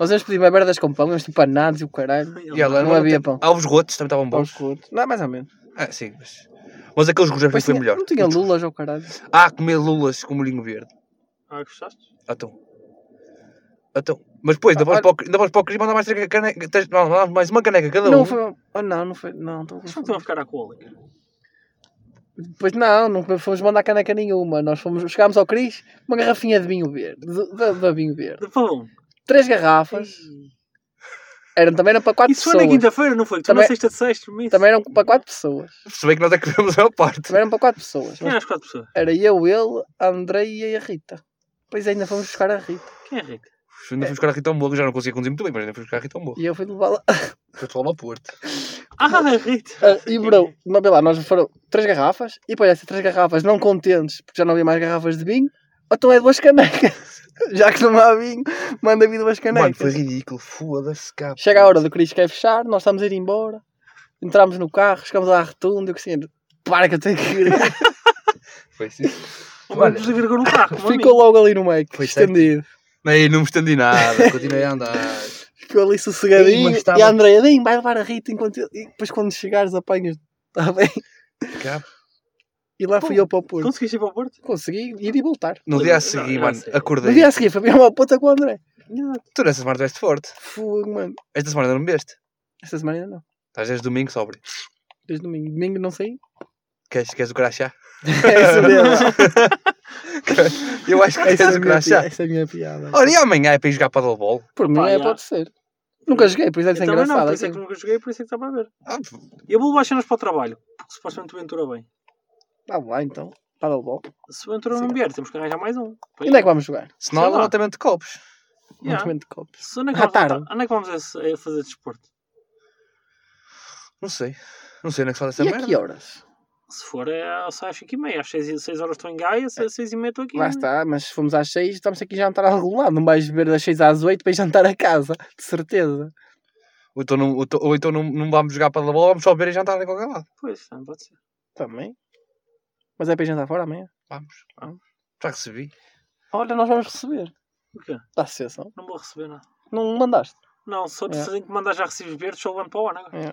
Nós íamos pedir merdas com pão, íamos tipo panados e o caralho.
E ela,
Não havia pão.
Alvos rotos também estavam
Pão
bons.
escuro. Não, mais ou menos.
Ah, sim, mas... Mas aqueles rojões
Pois
foi
tinha-
melhor.
Não tinha lulas ao caralho.
Ah, comer lulas com molhinho verde.
Ah, gostaste?
Ah, Então. Ah, Então. Mas depois,
Ah,
ainda vamos
olha-
para o Cris, ainda vamos para o Cris, manda mais, três caneca- três- não, manda mais uma caneca cada um.
Não foi. Oh, não, não foi. Não, estou a
Acho que
confundir.
não estão a ficar alcoólica.
Pois não, não fomos mandar caneca nenhuma. Nós fomos, chegámos ao Cris, uma garrafinha de vinho verde. de- de- de vinho verde.
De pão.
Três garrafas. Eram, também eram para quatro
Isso foi
pessoas.
na quinta-feira, não foi? Tu
Também-
na sexta de sexta, mesmo.
Também eram para quatro pessoas.
Se bem que nós é que vemos a parte.
Também eram para quatro pessoas. Mas
Quem
Ah.
eram as quatro pessoas?
era eu, ele, a Andrei e a Rita. Pois ainda fomos buscar a Rita.
Quem é Rita?
Ainda fui buscar a Rita ao Morro, já não conseguia conduzir muito bem, mas ainda fui buscar a Rita ao Morro.
E eu fui levá-la.
Foi só lá ao Porto.
Ah, a Rita.
Ah, E bro, não, vê lá, nós foram três garrafas. E depois essas três garrafas não contentes, porque já não havia mais garrafas de vinho. Ou então é duas canecas. Já que não há vinho, manda vir duas canecas.
Mano, foi ridículo. Foda-se, cá.
Chega a hora do Cris quer fechar, nós estamos a ir embora. Entramos no carro, chegamos à retunda, eu que assim, para que eu tenho que ir.
Foi assim. sim.
O meu desligou no carro. meu
Ah, Ficou logo ali no meio,
Foi certo.
estendido.
Ei, não me estendi nada. Continuei a andar.
Ficou ali
Sim,
sossegadinho.
mas estava-
E a Andreia, "Dim, vai levar a Rita enquanto eu-" E depois quando chegares apanhas. Está bem?
Cá.
E lá fui eu para o
amigo.
Porto.
Conseguiste ir para o Porto?
Consegui ir e voltar.
No dia a seguir,
Não,
mano,
não sei.
No
acordei.
dia a seguir foi mesmo uma puta com o André.
Tu nessa semana estiveste forte.
Fogo, mano.
Esta semana ainda não bebeste.
Esta semana ainda não.
Estás desde domingo sobre.
Desde domingo. Domingo não saí.
Queres, queres o crachá?
É isso mesmo.
Eu acho que
Essa é
queres
a
o
minha pi-
crachá.
essa é a minha piada.
Olha, e amanhã é para ir jogar para o bolo?
Por mim
Pá,
é,
já.
pode ser. Nunca joguei, por isso
Eu
deve ser
também não,
engraçado.
por isso é
assim.
que nunca joguei, por isso é que estava a ver.
Ah,
Eu vou levar as cenas para o trabalho, porque supostamente o Ventura bem.
Tá lá então. Para o bolo.
Se o Ventura não
Sim.
vier, temos que arranjar mais um. Pois
Onde é que vamos jogar?
se não,
Sei lá.
altamente de copos.
Yeah.
Um de copos.
Se- Onde é que
À
vamos,
tarde.
onde é que vamos a se- a fazer desporto?
Não sei. Não sei onde é que se faz essa
E a
merda.
que horas?
Se for, é só às 5h30. Às 6, horas estou em Gaia, às 6h30 estou aqui.
É.
né?
Lá está, mas se fomos às 6, estamos aqui a jantar a algum lado. Não vais beber das 6 às 8 para ir jantar a casa, de certeza.
Ou então, não, ou então- ou então não, não vamos jogar para a bola, vamos só beber e jantar em qualquer lado.
Pois, não pode ser.
Também. Mas é para ir jantar fora amanhã?
Vamos. Já recebi.
Olha, nós vamos receber
O quê?
da associação.
Não vou receber nada.
Não mandaste?
Não, só
É.
se tenho que mandar já recibos verdes, só levando para o ano agora.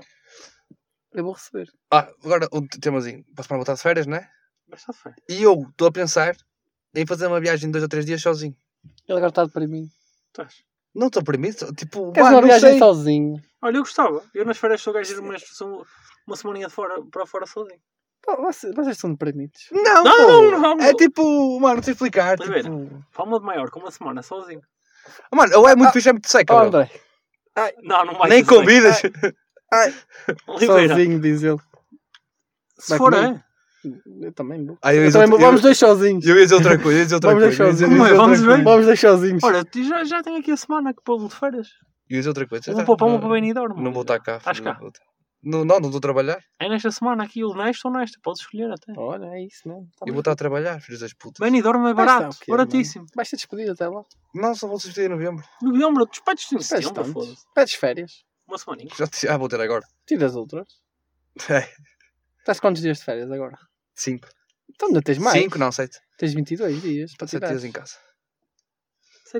Eu vou receber.
Ah, agora um temazinho. Posso para voltar de férias, não é?
Mas está feio.
E eu estou a pensar em fazer uma viagem de dois ou três dias sozinho.
Ele agora está deprimido.
Estás.
Não estou permitido. Tipo,
Queres
pá,
uma
não
viagem
sei.
sozinho?
Olha, eu gostava. Eu nas férias sou gajo de uma, sou uma semaninha de fora, para fora sozinho.
Pá, vocês, vocês são deprimidos.
Não,
Não,
pô.
não, não, não.
É tipo, mano, não sei explicar.
Mas
tipo-
ver,
Hum.
Palma de Maior, com uma semana sozinho.
Mano, ou é muito
Ah.
fixe, é muito seco.
Oh,
bro.
André,
Não, não vai
Nem
é
sozinho.
convidas.
Oliveira.
sozinho, diz ele.
Se
Vai
for,
comigo.
é.
Eu também vou.
Aí Ah, eu,
Eu
ia
também vou.
dizer-
Vamos dois sozinhos.
eu, eu ia dizer outra coisa, eu ia dizer outra
Vamos dois
coisa. eu ia dizer-
sozinhos.
Como é?
eu
Vamos
tranquilo.
ver?
Vamos dois sozinhos.
Olha, tu já, já tenho aqui a semana que povo de feiras.
Eu ia dizer outra coisa.
Eu
tá
vou para Palma para Benidorm.
Não vou estar cá.
Estás
não
cá.
vou estar. Não, não, não estou a trabalhar.
Tá
É nesta semana aqui, ou nesta ou nesta. Podes escolher até.
Olha, é isso, não? Tá
Eu
bem.
vou estar a trabalhar, filhos das putas.
Benidorm é
Vai estar
barato.
o quê,
Baratíssimo.
Vais ser despedido até lá.
Não, só vou substituir em novembro.
Novembro, tu despachas em
Pedes
setembro,
tanto.
foda-se.
Pedes férias.
Uma semaninha.
Já, te- ah, vou ter agora.
Tiras outras.
É,
Estás quantos dias de férias agora?
Cinco.
Então ainda tens mais.
Cinco, não, sete.
Tens 22 dias para
Sete
tirar.
dias em casa.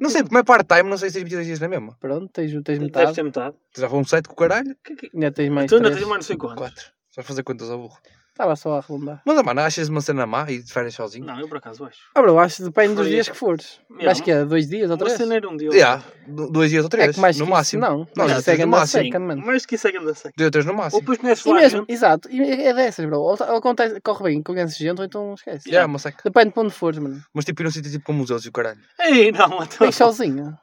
Não sei, como é part-time, não sei se tens 22 dias na mesma.
Pronto, tens, tens
Deves
metade.
ter metade.
Já foram sete com o caralho?
Que- que-
Ainda tens mais
Tu ainda
três.
tens mais não sei quantos.
Quatro. Só fazer quantas ao burro.
Estava só a arredondar.
Mas, mano, achas uma cena má e de férias sozinho?
Não, eu por acaso acho.
Ah, bro, acho que depende dos
Foi-
dias que fores.
Yeah.
Acho que é dois dias ou
Uma
três.
cena era um dia.
Já, do- dois dias ou três,
É que mais
no
que isso,
máximo.
não.
não,
Mas
já
isso
tens
é
no
ganda
máximo. né?
Sim,
seca, mano.
Mas que isso é grande seca.
Dois ou três no
Ou
máximo.
depois não é
E
suave.
mesmo, exato, e é dessas, bro. Ou, ou acontece, corre bem com ganso gente, ou então esquece.
Já, uma seca.
Depende de onde fores, mano.
Mas tipo, ir num sítio tipo como museus e o caralho.
Ei, não, então.
Tem sozinho.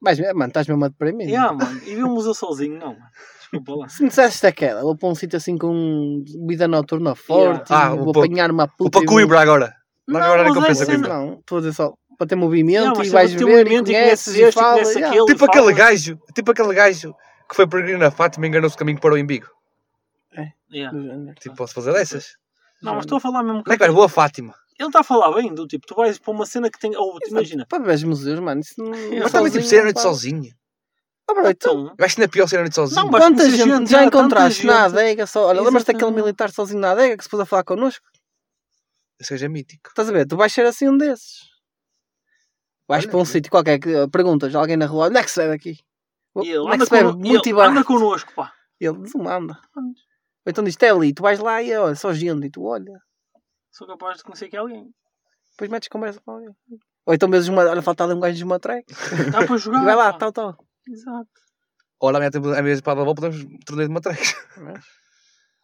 Mas, mano, estás mesmo a deprimir.
Yeah, mano. E ver um museu sozinho, não, mano. Desculpa lá.
Se me disseste aquela, vou para um sítio assim com vida noturna forte,
Ah, o
vou
pa-
apanhar uma
Ou
puta.
para Coimbra agora.
Não,
Agora era
mas
que eu
é
penso a
cena-
Coimbra.
assim, Não, estou a dizer só para ter movimento
Não, mas
e
se eu
vais
ter um
ver e
movimento e
conheces
conheces
e
este,
falas.
conheces
yeah.
aquele.
Tipo aquele
fala-
gajo, tipo aquele gajo que foi peregrino a Fátima e enganou-se o caminho para o Embigo.
Yeah.
Do género.
Tipo, posso fazer dessas?
Não, mas estou a falar mesmo.
Não é que agora vou a Fátima.
Ele está a falar bem do tipo, tu vais para uma cena que tem. Ou te imagina.
Para ver os museus, mano, isso não.
Mas
Mas também tipo,
sozinho
ser a
não
noite
faz.
sozinho.
Ah, bro, então,
Então,
Eu acho que ainda é pior ser a noite sozinho.
Não, mas
quanta
conheces
gente,
gente,
já
há tanta
encontraste na
gente.
adega é só. Olha, lembras-te daquele
Exatamente.
militar sozinho na adega que se pôs a falar connosco?
Esse gajo é mítico.
Estás a ver? Tu vais ser assim um desses. Vais
Olha,
para um
que-
sítio qualquer que perguntas a alguém na rua, onde é que se bebe aqui?
então, e ele,
Onde é que
anda,
se bebe?
conno- e
Muito
ele,
bem.
anda connosco, pá.
Ele desmanda. Ou então diz, é ali, tu vais lá e olha, só gente, e tu olha.
Sou capaz de conhecer aqui alguém.
Depois metes conversa com alguém. Ou então mesmo, uma, olha, falta ali um gajo de uma track.
Dá para jogar.
E vai lá, tá.
pá.
tal, tal.
Exato.
Olha, amanhã temos- às vezes para a bola podemos um torneio de matrex.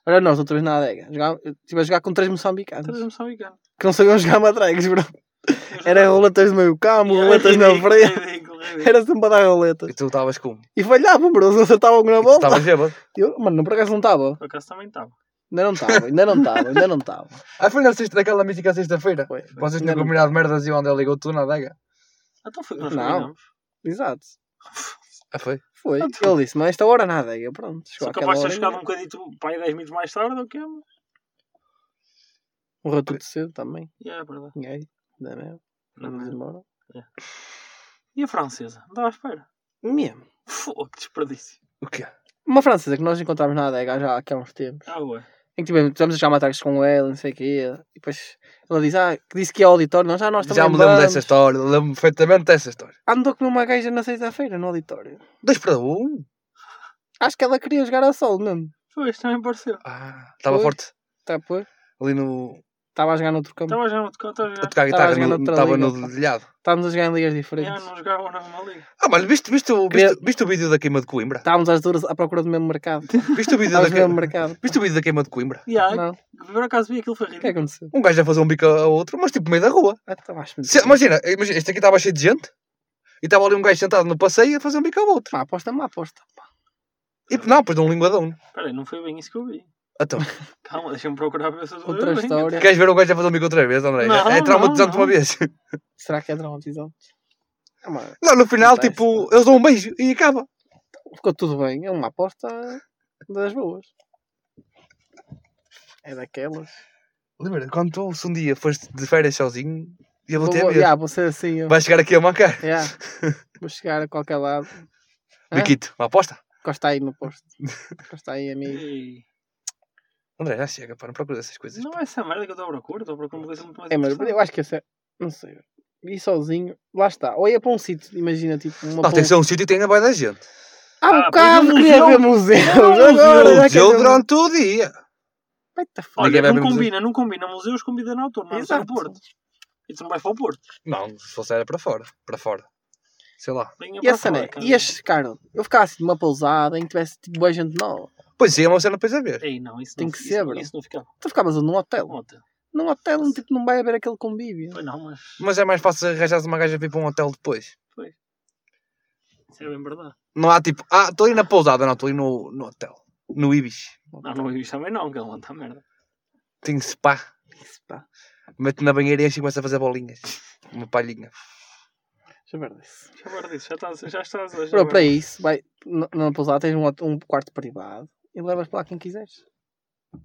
Olha, nós outra vez na adega. Jogava- eu Estive a jogar com três moçambicanos.
Estás-me Então, só ligando.
Que não sabiam jogar matraques, bro.
Eu
Era
jogava.
roletas no meio campo,
Yeah,
roletas na
é ridículo,
frente.
ridículo, ridículo.
Era sempre a dar roletas.
E tu estavas como?
E falhavam, bro. Eles acertavam na
E tu
bola.
estavas bêbado.
Eu, mano, não por acaso não estava.
Por acaso também estava.
Ainda não estava, ainda não estava, ainda não estava.
Ah, foi na sexta, naquela mítica sexta-feira.
Foi, foi.
Vocês
Ainda
tinham
não-
combinado merdas e onde ele ligou tu na adega.
Então foi que nós
Não.
combinamos.
Exato.
Ah, foi?
Foi. Ele disse, mas esta hora na adega. Pronto, chegou
Sou
àquela
capaz de ter
Tipo, hora. é-
chegado um
e
bocadito, pá, aí 10 minutos mais tarde ou que é? mas-
Morreu tudo cedo também.
Yeah, é verdade.
Ninguém. Ainda mesmo.
Não, é
Não
não.
demora.
E a francesa? Não estava à espera.
Mesmo.
Fogo, que desperdício.
O quê?
Uma francesa que nós encontramos na adega já há aqui há uns tempos.
Ah, ué.
Em que tivemos, tivemos a chamar ataques com ela, não sei o quê. E depois ela diz, ah, que disse que é auditório. Nós, ah, nós também
Já me lembro
vamos.
dessa história, lembro-me perfeitamente dessa história.
Andou com uma gaja na sexta-feira no auditório.
Dois para um?
Acho que ela queria jogar ao sol mesmo.
Foi, isto também pareceu.
Ah, estava
Foi.
forte.
Tá, pô.
Ali no.
Estava a jogar noutro campo.
Estava Então, já no tocão, estava já.
a tocar a
Estava a
guitarra,
jogar
no-
noutra
estava
liga,
no
pá.
dedilhado.
Estávamos a jogar em ligas
Yeah,
diferentes.
não jogavam na mesma liga.
Ah, mano, viste, viste, o-
Queria-
viste, viste o vídeo da queima de Coimbra?
Estávamos às duras à procura do mesmo mercado.
Viste o vídeo da
Estávamos no mesmo
queima,
mercado.
viste o vídeo da queima de Coimbra?
Yeah,
Não.
Por acaso vi aquilo, foi
O que é que
ridículo.
aconteceu?
Um gajo a fazer um bico a outro, mas tipo no meio da rua.
Ah, estava a
Se- é
espantar.
imagina, imagina, este aqui estava cheio de gente e estava ali um gajo sentado no passeio a fazer um bico ao outro.
Uma aposta, é uma aposta. pá.
E, não, pois de um linguadão.
Espera aí, não foi bem isso que eu vi.
Então,
Calma, deixa-me procurar ver se eu estou
Outra
a ver bem.
história.
queres ver um gajo a fazer um bico outra vez, André?
Não,
é traumatizante
não,
uma vez.
Será que é traumatizante? É uma...
Não, no final,
Acontece,
tipo, eles dão um beijo e acaba.
Ficou tudo bem. É uma aposta das boas. É daquelas.
Lembra, quando tu se um dia foste de férias sozinho, eu vou
Vou,
ter
vou,
medo.
yeah, vou ser assim. Eu...
Vai chegar aqui a mancar.
Yeah. vou chegar a qualquer lado. Hã?
Biquito, uma aposta.
Costa aí no posto. Costa aí, amigo.
E-
André, já chega, pá, não procura essas coisas.
Não é essa merda que eu estou à procura, estou à procura de uma coisa muito mais
É, mas
interessante.
eu acho que esse é. Não sei. Ir sozinho, lá está. Ou ia para um sítio, imagina, tipo,
Não,
uma.
tem que
pol-
ser um sítio que tenha bem da gente.
Há um
Ah,
bocado
pois, um
queria
museu.
ver museus.
Não,
Agora,
museu,
já
O
quer
gelo
ver
durante o dia.
What the fuck?
Ninguém
Olha,
vai
não
ver museu.
combina, não combina museus, combina na altura, não é
Exato.
no Porto. E tu não vais para o Porto.
Não, se fosse era para fora. Para fora. Sei lá.
Venha
E
para
a cena é,
fora, cara.
ias, cara, eu ficava assim numa pousada em que tivesse tipo boa gente nova.
Pois sim, é uma cena depois a ver.
Ei, não, isso
Tem
não,
que
isso,
ser,
não-
bro.
Isso não ficava.
Tu ficavas num hotel.
Ontem.
Num hotel, tipo, não vai haver aquele convívio.
Pois não, mas
Mas é mais fácil arranjar uma gaja para ir para um hotel depois.
isso é bem verdade.
Não há tipo, ah, estou ali na pousada, não, estou ali no, no hotel. No Ibis.
Não, não vi isto também não, que ele levanta a merda.
Tenho spa.
Isso, pá.
Mete na banheira e enche e começa a fazer bolinhas. Uma palhinha.
Já ver isso.
Já guarda isso, já estás, já estás hoje.
Bro, para isso, vai, n- numa pousada tens um, hot- um quarto privado e levas para lá quem quiseres.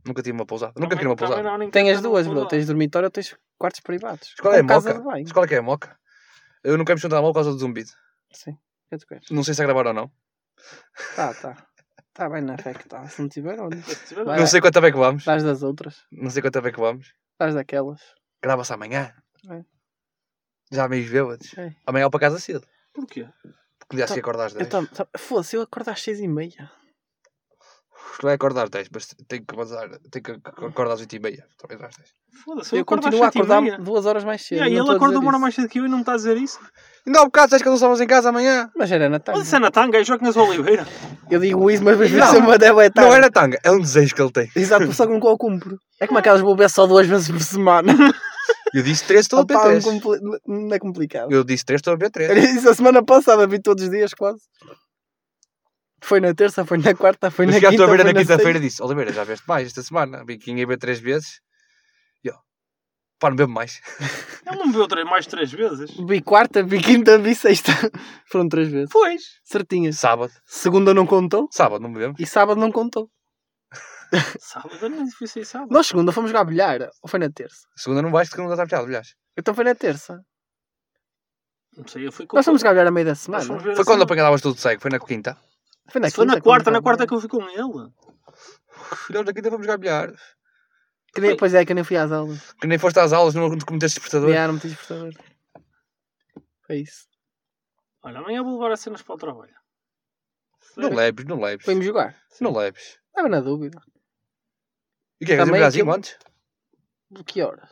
Nunca tive uma pousada. Nunca queria uma pousada.
Tem as duas, bro. Tens dormitório ou tens quartos privados.
Escola é
Ou casa
moca.
de banho.
Escola que é moca. Eu não quero me juntar mal por causa do zumbido.
Sim. que tu queres.
Não sei se é gravar ou não.
Tá, tá. Tá bem na fé que tá. Se não tiver, olha. Vai,
Não sei quanto é que vamos.
Dás das outras.
Não sei quanto é que vamos.
Dás daquelas.
Grava-se amanhã.
É.
Já meio bêbados.
É.
Amanhã é para casa cedo.
Porquê?
Porque já se
Então,
acordar às 10.
Eu tam- tam- Foda-se, eu acordo às seis e meia.
Tu vai é acordar às 10, mas tenho que, avançar, tenho que ac- acordar às 8 e meia. Talvez às 10.
Foda-se,
Eu,
eu acordo às
continuo a
sete e
acordar
meia.
duas horas mais cedo.
Yeah, e
não
ele
estou a
acorda
dizer
uma hora
isso.
mais cedo que eu e não me está a dizer isso.
Ainda há um bocado, sabes que não estávamos em casa amanhã?
Mas era na tarde.
Foda-se, é na tanga, é Joaquim das Oliveira.
Eu digo isso, mas às vezes
Não.
se uma deve é tarde.
Não era tanga, é um desejo que ele tem.
Exato, só que nunca o cumpro. É como aquelas vou beber só duas vezes por semana.
Eu disse 3, estou a
Opa,
B3.
não compli- Não é complicado.
Eu disse 3, estou a
Era
B3.
isso a semana passada, vi todos os dias quase. Foi na terça, foi na quarta, foi
Eu
na
cheguei
quinta.
à tua beira
foi
na
sexta.
quinta-feira e disse: Oliveira, já veste mais esta semana? Vi que ia ver 3 vezes. E eu, pá, não bebo mais.
Ele não me viu três- mais três vezes.
Vi quarta, vi quinta, vi sexta. Foram três vezes.
Pois.
Certinhas.
Sábado,
Segunda não contou
sábado não bebemos.
e sábado não contou.
Sábado, não fui sair sábado.
Nós segunda fomos jogar bilhar, ou foi na terça?
Segunda não vais, segunda está fechado, aliás.
Então foi na terça.
Não sei, eu fui com
Nós fomos jogar bilhar a meio da
Nós
semana.
fomos ver
Foi
a
quando
cena.
apanhávamos tudo cego, foi na quinta.
Foi na,
Se Foi
quinta,
na quarta, na
quando-
quarta que eu fui com ele.
Filhão, na quinta vamos jogar bilhar.
Que nem- Pois é, que eu nem fui às aulas.
Que nem foste às aulas, não não cometeste despertador.
Bilhar, não me tens portador. Foi isso.
Olha, amanhã vou levar as cenas para o trabalho.
Não leves, não leves.
Foi-me jogar.
Não leves.
Estava na dúvida.
E o que é que
Também
fazer assim
aquilo-
antes?
De que horas?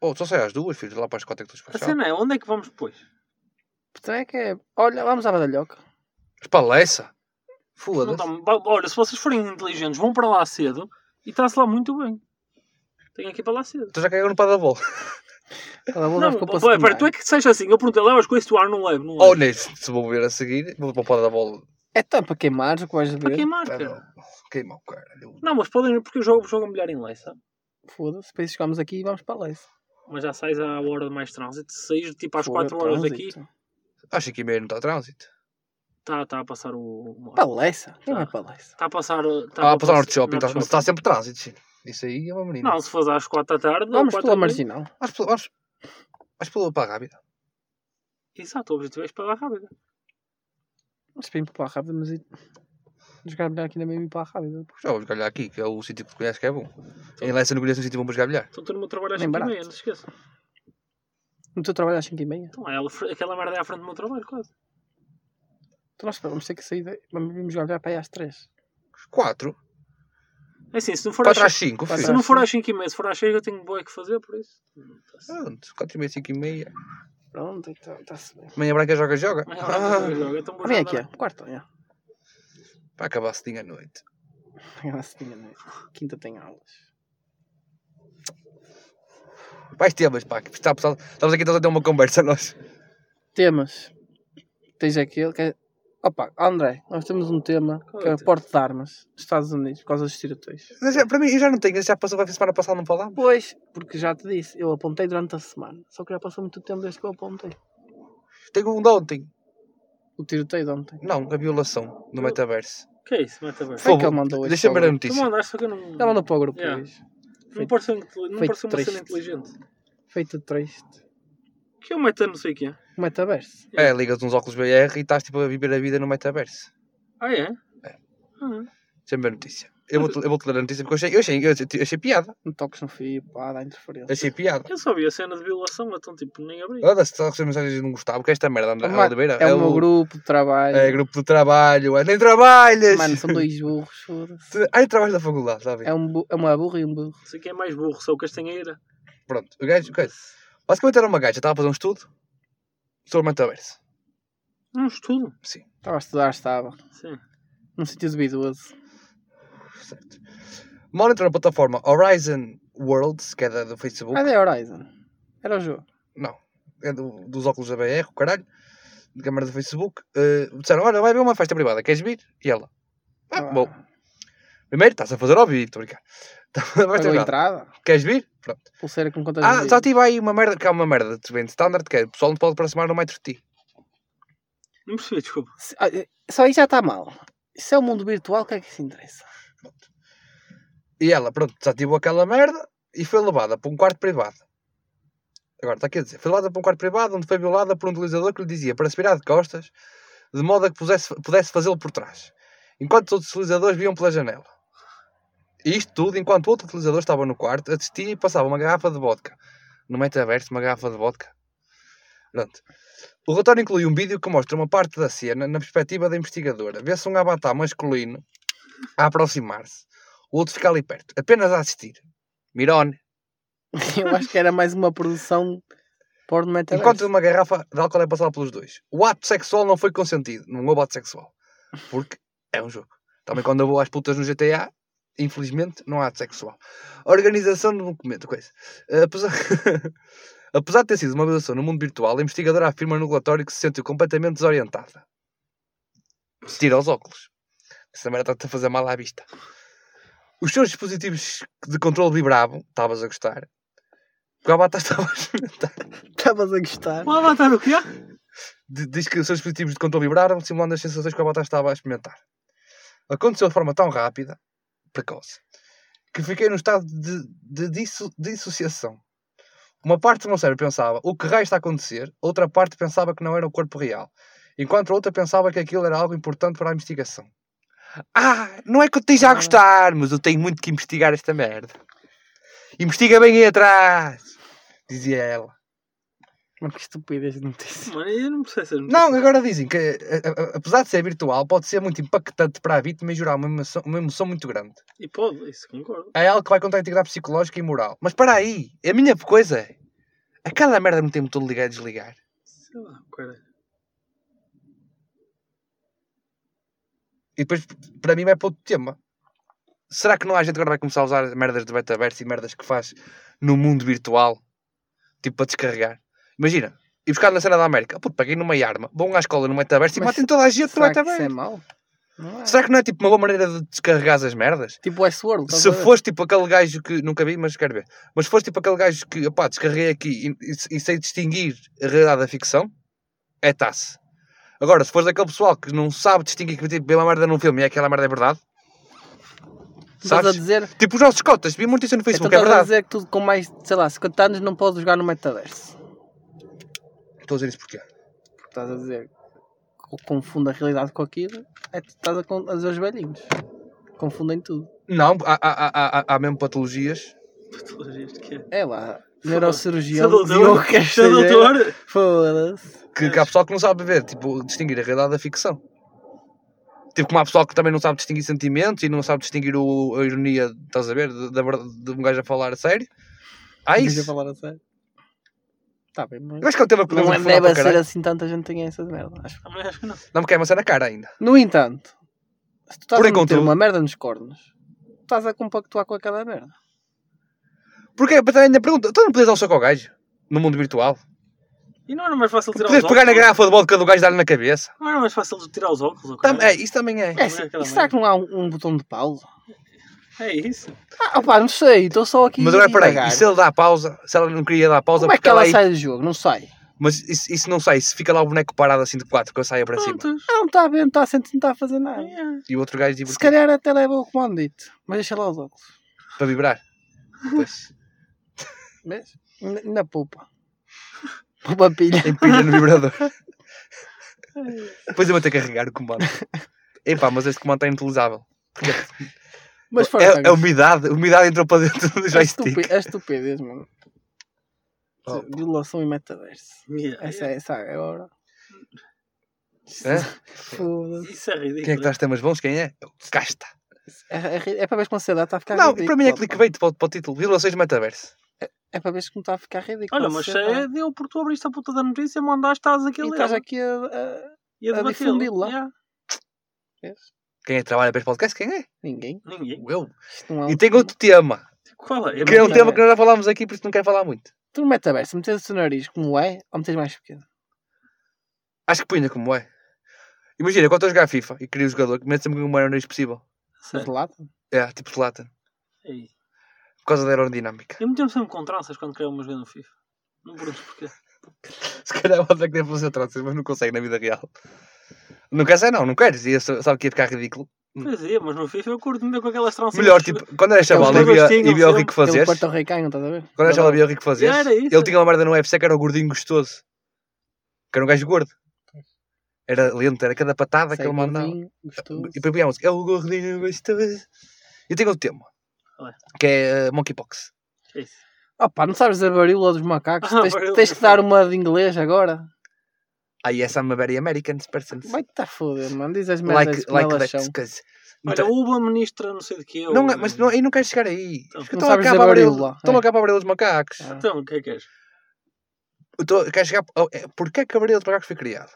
Oh, só sai às duas, filho, lá para as quatro é que estás
A
fechado.
cena é, onde é que vamos depois?
Então é que é. Olha, vamos à Badalhoca.
Mas para Lessa.
Não
tá
Foda-se.
dá- ba- Olha, se vocês forem inteligentes, vão para lá cedo e está-se lá muito bem. Tenho aqui para lá cedo.
Tu já caiu no pá da bola.
Ela
Não,
ficou para
pô, pera,
secundário.
tu é que seja assim. Eu perguntei, levas coisas, tu ar não levo, não é?" levo.
Ou nem Oh, se vou beber a seguir, vou para o pá da bola.
É tão para queimares o que vais
Para
beber.
quem marca?
Pera, Queima Tá o um- caralho.
Não, mas podem, porque eu jogo, jogo melhor em Leça.
Foda-se, depois chegamos aqui e vamos para lá. isso.
Mas já sais à hora de mais trânsito, sais tipo às
Foda,
4 horas daqui,
trânsito.
Acho que meio não está trânsito.
está tá a passar o.
Para Leça? Quem vai
Tá.
para Leça?
Está a passar. Tá
Ah, para o Norte Shopping, está,
Norte
está tá sempre trânsito. sim. Isso aí é uma menina.
Não, se fores às 4 da tarde.
Vamos
ou
pela
4 da manhã.
marginal.
Mas pelo- mas- mas pelo para a rápida.
Exato, o objetivo é esperar rápido.
Mas para ir para a rápida, mas. ir- Jogar melhor aqui na mesma e ir para a rápida.
Já vou jogar aqui, que é o sítio que conheces que é bom. Em Lessa não conheço um sítio bom para jogar bilhar.
Então estou no meu trabalho às
Nem
5 e
barato.
meia, não se esqueça.
No teu trabalho às 5h30.
Então, é ela- aquela merda é à frente do meu trabalho, quase.
Então nós vamos ter que sair. de- Vamos vamos jogar melhor para aí às 3.
Quatro.
É assim, se não for às
Quatro às cinco,
Quatro
Se
filho.
não for às 5 e meia, se for às 6 eu tenho boi que fazer, por isso.
Pronto, quatro e meia, cinco e meia.
Pronto, então está-se bem.
Amanhã branca joga, joga.
Mas ela não
Ah.
joga, joga, então vou
Amanhã é
jogar.
que é? Quarta, já.
Para acabar cedinho à noite.
Amanhã tinha, né? Quinta tem aulas.
Mais temas, pá. Que está pesado. Estamos aqui todos a ter uma conversa nós.
Temas. Tens aquele que é. Opa, André, nós temos um tema
Qual é
que é
o
o
tema?
porte de armas dos Estados Unidos por causa dos tiroteios.
Mas já- para mim, eu já não tenho. Já passou, vai semana passada, não falámos.
Pois, porque já te disse, eu apontei durante a semana. Só que já passou muito tempo desde que eu apontei.
Tenho um de ontem.
O tiroteio de ontem.
Não, a violação no metaverso.
O que é isso, metaverso?
Foi
Fogo.
que ele mandou hoje.
Deixa-me
para o
ver a
grupo.
Tu
notícia.
mandaste, só que eu não.
Ele mandou para o grupo
Yeah.
hoje.
Não pareceu, inte- não
Foi
pareceu uma cena
triste.
inteligente.
Feito triste.
O que é o meta não sei o que é?
O metaverso.
É, ligas uns óculos BR e estás tipo a viver a vida no metaverso.
Ah, é?
É.
Ah,
Deixa-me ver a notícia. Eu vou-te eu vou-te ler a notícia porque eu achei, eu achei, eu achei- achei piada.
Não toques no fio, pá, dá interferência.
Achei piada.
eu só vi a cena de violação, então tipo, nem abri.
Olha, se estás a receber mensagens de um Gustavo, que é esta merda, André
Oh, mano,
Oliveira.
É o meu grupo de trabalho.
É grupo de trabalho. É, nem trabalhas!
Mano, são dois burros, foda-se.
Tu- Ai, trabalho da faculdade, sabe?
É, um bu- é uma burra e um burro.
Não sei quem é mais burro, só o Castanheira.
Pronto, o gajo, o gajo. Basicamente era uma gaja, estava a fazer um estudo sobre o metaverso.
Um estudo.
Estava a estudar, estava.
Sim.
Num sítio duvidoso.
Certo. Mal entrou na plataforma Horizon Worlds, que é da, do Facebook.
Ah, The Horizon. Era o jogo.
Não, é do- dos óculos da BR, o caralho. De câmara do Facebook. eh, disseram, olha, vai haver uma festa privada, queres vir? E ela, ah,
Ah,
bom. Primeiro, estás a fazer ao vivo, estou a brincar. Tá, vai
Pagou a
ter
entrada.
Queres vir? Pronto.
Pulseira com contas
Ah,
vendidas.
só tive aí uma merda, que há uma merda de vende standard, que é o pessoal não pode aproximar no metro de ti.
Não percebi, desculpa.
Se- ah, eh, Só aí já está mal. Isso é o mundo virtual, o que é que se interessa?
E ela, pronto, desativou aquela merda e foi levada para um quarto privado. Agora, está aqui a dizer, foi levada para um quarto privado onde foi violada por um utilizador que lhe dizia para se virar de costas, de modo a que pudesse, pudesse fazê-lo por trás, enquanto os outros utilizadores viam pela janela. E isto tudo enquanto outro utilizador estava no quarto, assistia e passava uma garrafa de vodka. No metaverso, uma garrafa de vodka. Pronto. O relatório inclui um vídeo que mostra uma parte da cena na perspectiva da investigadora. Vê-se um avatar masculino a aproximar-se. O outro fica ali perto, apenas a assistir. Mirone,
Eu acho que era mais uma produção porno metaverso.
enquanto uma garrafa de álcool é passada pelos dois. O ato sexual não foi consentido, não houve ato sexual. Porque é um jogo. Também quando eu vou às putas no GTA, infelizmente, não há ato sexual. A organização do documento, coisa. Eh, Apesar... Apesar de ter sido uma acusação no mundo virtual, a investigadora afirma no relatório que se sentiu completamente desorientada. Se tira os óculos. Essa merda está-te a fazer mal à vista. Os seus dispositivos de controle vibravam, estavas a gostar. Porque a batata estava a experimentar.
Estavas a gostar.
O Avatar o que há?
D- Diz que os seus dispositivos de controle vibraram, simulando as sensações que o Avatar estava a experimentar. Aconteceu de forma tão rápida, precoce, que fiquei num estado de, de disso- dissociação. Uma parte do meu cérebro pensava o que raio está a acontecer, outra parte pensava que não era o corpo real, enquanto a outra pensava que aquilo era algo importante para a investigação. Ah, não é que eu esteja a gostar, mas eu tenho muito que investigar esta merda. Investiga bem aí atrás, dizia ela.
Mas que estupidez de notícia.
Mano, eu não percebo essas
Não,
notícias.
agora dizem que, a- a- a- apesar de ser virtual, pode ser muito impactante para a vítima e gerar uma emoção, uma emoção muito grande.
E pode, isso concordo.
É algo que vai contra a integridade psicológica e moral. Mas para aí, a minha coisa é. Aquela merda não tem botão de ligar e desligar.
Sei lá, caralho.
E depois, para mim, vai para outro tema. Será que não há gente que agora vai começar a usar merdas de metaverso e merdas que faz no mundo virtual? Tipo, para descarregar. Imagina, e buscar na cena da América. Puto, peguei numa arma, um vão à escola no metaverso e
Mas
matem toda a gente no
Será que isso
metaverso.
é mau? Não é.
Será que não é tipo uma boa maneira de descarregar as merdas?
Tipo Westworld. estás
Se
a ver?
foste tipo aquele gajo que nunca vi, mas quero ver. Mas foste tipo aquele gajo que opá, descarreguei aqui e, e- e sei distinguir a realidade da ficção, é tasse. Agora, se fores daquele pessoal que não sabe distinguir que tipo, vê uma merda num filme e aquela merda é verdade,
Estás a
sabes?
dizer...
Tipo os nossos cotas, vi muito isso no
Então
Facebook, é
estás a
verdade.
dizer que tu com mais, sei lá, 50 anos não podes jogar no metaverso.
Estou a dizer isso porque
Porque estás a dizer que confunde a realidade com aquilo. É que estás a, con- a dizer os velhinhos. Confundem tudo.
não, há, há, há, há, há mesmo patologias.
Patologias de quê?
É lá.
Seu
Neurocirurgião.
doutor,
Diogo Castanheira.
seu doutor.
Foda-se.
que, que há pessoal que não sabe ver, tipo, distinguir a realidade da ficção. Tipo, como há pessoal que também não sabe distinguir sentimentos e não sabe distinguir o- a ironia, estás a ver, de, da verdade- de um gajo a falar a sério. Há
Deixa eu
Ah, isso.
falar a sério. assim. Tá bem, mas.
Eu acho que é um tema que podemos
Não
aprofundar
deve
para
ser
caralho.
assim tanta gente tem essa de merda. Acho.
Também acho que não.
Não me quer amassar na cara ainda.
No entanto, se tu estás
Por
a meter
enquanto-
uma merda nos cornos, tu estás a compactuar com aquela merda.
Porque é, para ainda pergunta, tu não podes dar o soco ao gajo? No mundo virtual?
E não era mais fácil tirar os
Podes pegar na garrafa de vodka do gajo e dar-lhe na cabeça?
Não era mais fácil de tirar os óculos, ou
Tam-
caralho?
é, isso também é.
É
é
assim,
aquela
e será que
merda.
não há um, um botão de pausa?
É isso.
Ah, opá, não sei, estou só aqui.
Mas agora,
a
peraí,
divagar.
e se ele dá a pausa? Se ela não queria dar a pausa,
Como é que
porque
ela
aí-
sai do jogo? Não sai.
Mas isso, isso não sai, se fica lá o boneco parado assim de quatro com a saia para cima.
Prontos.
Ah, não está bem, não está a sentir, não está a fazer nada.
É.
E o outro gajo
Se
divertido
calhar até leva o comandito, mas deixa lá os óculos.
para vibrar. Pois.
Vês? Na, na poupa. Poupa a pilha.
em pilha no vibrador. Depois eu vou ter que carregar o comando. Epá, mas este comando está inutilizável.
Mas fora
É, é
é,
a umidade, a umidade entrou para dentro do
é,
joystick.
estupi- é estupidez, mano.
Oh.
Violação e metaverso.
Yeah.
Essa é, essa é a hora.
Hã?
Foda-se.
Isso é ridículo.
Quem é que traz temas bons? Quem é? Eu. Casta.
É, é, ri- é para ver se a sociedade está a ficar
Não,
ridícula.
para mim é
pá.
clickbait para, o- para o título. Violações de metaverso.
É para ver se como está a ficar ridículo.
Olha, mas
a
se
sociedade.
é deu porque tu abriste a puta da notícia, mandaste, estás aqui a
E
ler.
estás aqui a. a-
e a
a
debatê-la.
difundi-la.
Yeah.
vês?
Quem é que trabalha para este podcast? Quem é?
Ninguém.
Ninguém.
Eu.
Isto não é um-
E tem outro tema.
Qual é?
Que é um
Metaverso.
tema que nós já falámos aqui, por isso não quero falar muito.
Tu no metaverso, metes o teu nariz como é ou metes mais pequeno?
Acho que punha como é. Imagina, quando estou a jogar FIFA e queria o jogador, que mete sempre o maior nariz possível.
De
Sério.
lado?
É, tipo Slatan.
Ei.
Por causa da aerodinâmica.
É Eu meti-me sempre com tranças quando queria uma jogar no FIFA. Não me perguntes porquê.
Se calhar o André quer fazer tranças, mas não consegue na vida real. Não queres é não, não queres. E eu sou- sabe que ia ficar ridículo.
Pois é, mas no FIFA eu curto me com aquelas tranças.
Hum. Melhor, tipo, quando era
um
chaval e
jogadores
via,
tinham
e via o
sempre
Rico
Aquele
fazer
Porto Ricano, estás a ver?
quando era chaval e via o Rico fazer
era isso.
ele tinha uma merda no UFC que era o gordinho gostoso. Que era um gajo gordo. Era lento, era cada patada que
Sei,
ele mandava.
gordinho, gostoso.
E depois via a música, é o gordinho gostoso. E tem outro tema,
Qual é?
que é uh, Monkeypox.
É isso.
Oh pá, não sabes a varíola dos macacos?
Ah,
tens,
varíola
tens
dos
que dar uma de inglês agora?
Aí essa é a American Persons.
Vai-te a foder, mano. Diz as merdas
Like,
como
like
elas
that,
são.
because
Olha, uma ministra não sei de quê.
Não,
ou-
é- mas não, eu não quero chegar aí.
Não
Porque eu
sabes
cá
dizer
para abrir-
varíola,
Estou
é?
cá para abrir os macacos.
Ah.
Então, o que é que és?
Eu tô- eu quero chegar. ao- é, Porquê que a varíola dos macacos foi criada?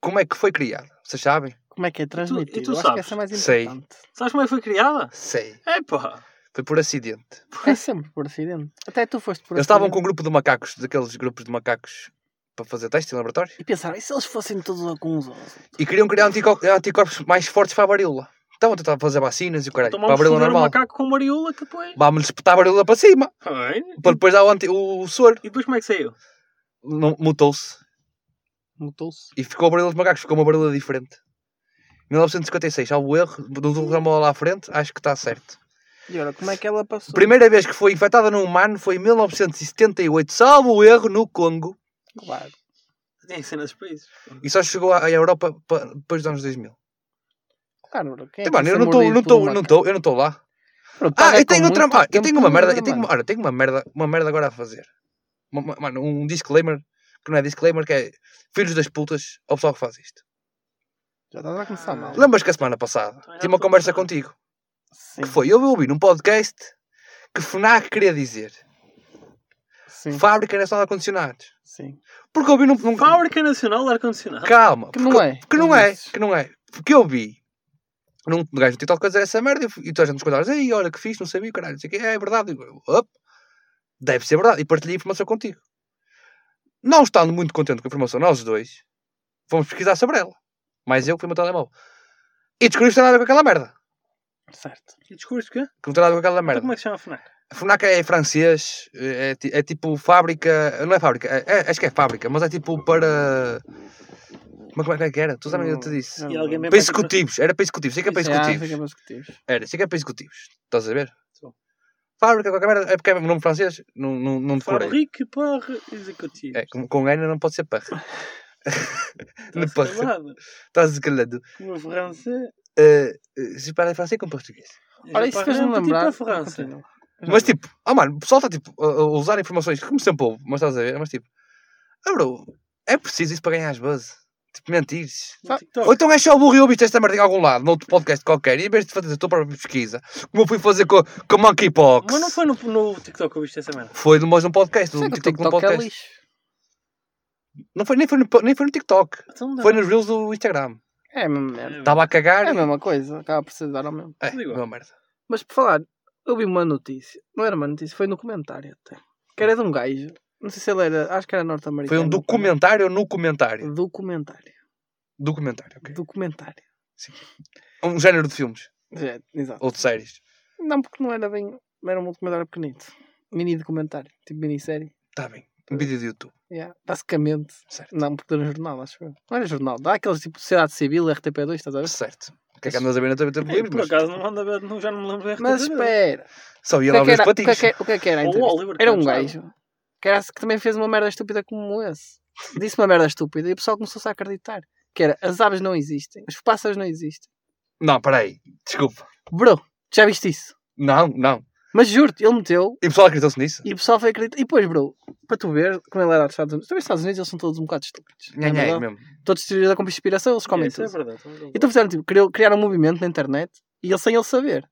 Como é que foi criada? Vocês sabem?
Como é que é transmitido?
e tu
Eu acho que
sabes?
essa é mais
Sei.
importante.
Sabes como é que foi criada? É,
Sei.
Epá!
Foi por acidente.
É sempre por acidente. Até tu foste por
Eles estavam com
acidente.
um grupo de macacos, daqueles grupos de macacos para fazer testes em laboratório.
E pensaram, e se eles fossem todos com uns outros?
E queriam criar anticor- anticorpos mais fortes para a varíola. Estavam a tentar fazer vacinas e o caralho.
Então
Para a
vamos
varíola
foder um
normal.
macaco com mariola que depois...
Vamos-lhe espetar a varíola para cima.
Ai,
Para depois dar o, anti... o soro.
E depois como é que saiu?
Não- Mutou-se.
Mutou-se.
E ficou a varíola dos macacos. Ficou uma varíola diferente. 1956, salvo erro, não dou a bola lá à frente, acho que está certo.
E agora, como é que ela passou?
Primeira vez que foi infectada num humano foi em 1978, salvo erro, no Congo,
Claro.
Tem cenas para isso.
e só chegou à à Europa pa- depois dos anos 2000.
Claro, quem é
Tá,
que
mano,
vai
eu
ser
não estou,
mordido
não
por
tô-
um
não
macaco?
tô- eu não estou lá.
Pronto,
Ah,
tava
eu
com
tenho outra,
muito
ah, eu tenho uma merda, eu
tempo,
tenho,
mano.
ora, eu tenho uma merda, uma merda agora a fazer. Uma- uma- Mano, um disclaimer, que não é disclaimer, que é filhos das putas, ao pessoal que faz isto.
Já estás a começar mal.
Lembras que a semana passada
Então já
tive uma
tô a
conversa
pensar.
contigo,
Sim,
que foi, eu ouvi num podcast que FNAC queria dizer
sim,
Fábrica Nacional de Acondicionados.
sim.
Porque eu vi num,
Um
num,
Fábrica Nacional de Ar-Condicionado.
Calma.
Que não
porque-
é,
Que não
como
é.
dizes.
Que não é. Porque eu vi num gajo no TikTok a dizer essa merda e fui- e toda a gente nos comentários. Ei, olha que fiz, não sabia, caralho. Não sei o quê. É, é verdade. E eu, "Op, deve ser verdade. E partilhei a informação contigo. Não estando muito contente com a informação, nós dois fomos pesquisar sobre ela. Mas eu que fui matar telemóvel. E descobri que não tem nada a ver com aquela merda.
Certo.
E discurso quê?
Que não tem nada a ver com aquela
Então, como
merda.
é que se chama a FNAC?
A FNAC é francês, é, ti- é tipo fábrica. Não é fábrica, é- é- acho que é fábrica, mas é tipo para. Mas como é que era? Tu também eu te disse.
Já
E alguém
Para
mesmo vai ter-
executivos, era para executivos, sei que é para
Já,
executivos.
fica para executivos.
Era, sei que é para executivos, estás a ver?
Sim.
Fábrica, qualquer merda, é porque é o nome francês, não, não, não decorei.
Fabrique para executivo.
É, com, com N não pode ser par.
Está-se
parra.
calado.
Estás calado.
Uma França. é
Eh, eh, Se para em francês com português.
Olha, isso fez-me lembrar.
Para tá tipo, é a França.
Continua.
Mas tipo, ah mano, o pessoal está tipo a, a usar informações que como sempre houve, mas estás a ver? Mas tipo, ah bro, é preciso isso para ganhar as bases. Tipo, mentires.
Tá,
No TikTok.
Ou então é só burro e ouviste esta merda em algum lado, noutro podcast qualquer, e em vez de fazer a tua própria pesquisa, como eu fui fazer com, com a Monkeypox.
Mas não foi no, no TikTok que eu viste essa merda.
Foi de mais um podcast,
Sei
um
que o
TikTok de um
TikTok é
podcast.
lixo.
não foi, nem, foi no, nem foi no TikTok.
Então, não.
Foi nos Reels do Instagram.
É a mesma merda.
Estava a cagar.
É
É,
a mesma coisa, acaba por ser dar ao mesmo.
é,
tudo igual.
uma merda.
Mas por falar, eu vi uma notícia. Não era uma notícia, foi no comentário até. Que era de um gajo. Não sei se ele era, acho que era norte-americano.
Foi um documentário no comentário.
Documentário.
Documentário, ok.
Documentário.
Um género de filmes
É, exato.
ou de séries.
Não, porque não era bem. Era um documentário pequenito. Mini documentário, tipo minissérie.
Está bem. Um vídeo de YouTube.
Yeah. Basicamente.
Certo.
Não, porque era um jornal, acho eu. Não era jornal. Dá aqueles tipo Sociedade Civil, RTP2, estás a ver?
Certo. O que é que andas a ver na tua tempo
Ei,
livre?
por
mas
acaso não anda a ver, não, já não me lembro da
Mas
RTP2.
espera.
Só
O
ia lá
que, é que
ver os
era, o que é
patinhos.
que, o que é que era a
Ou o
entrevista?
Oliver
Era um
Cromwell.
gajo. Que, era, que também fez uma merda estúpida como esse. Disse uma merda estúpida e o pessoal começou-se a acreditar. Que era, as aves não existem, os pássaros não existem.
Não, peraí. Desculpa.
Bro, já viste isso?
Não, não.
Mas juro-te, ele meteu
E o pessoal acreditou-se nisso?
e o pessoal foi acreditar. E depois, bro, para tu ver, como ele era dos Estados Unidos, também os Estados Unidos eles são todos um bocado estúpidos. não é
Nhanhé
verdade?
mesmo.
Todos os teorias da conspiração, eles comem
Isso é
tudo.
verdade. estamos a ver.
Então fizeram tipo, criou- criaram um movimento na internet e ele sem ele saber.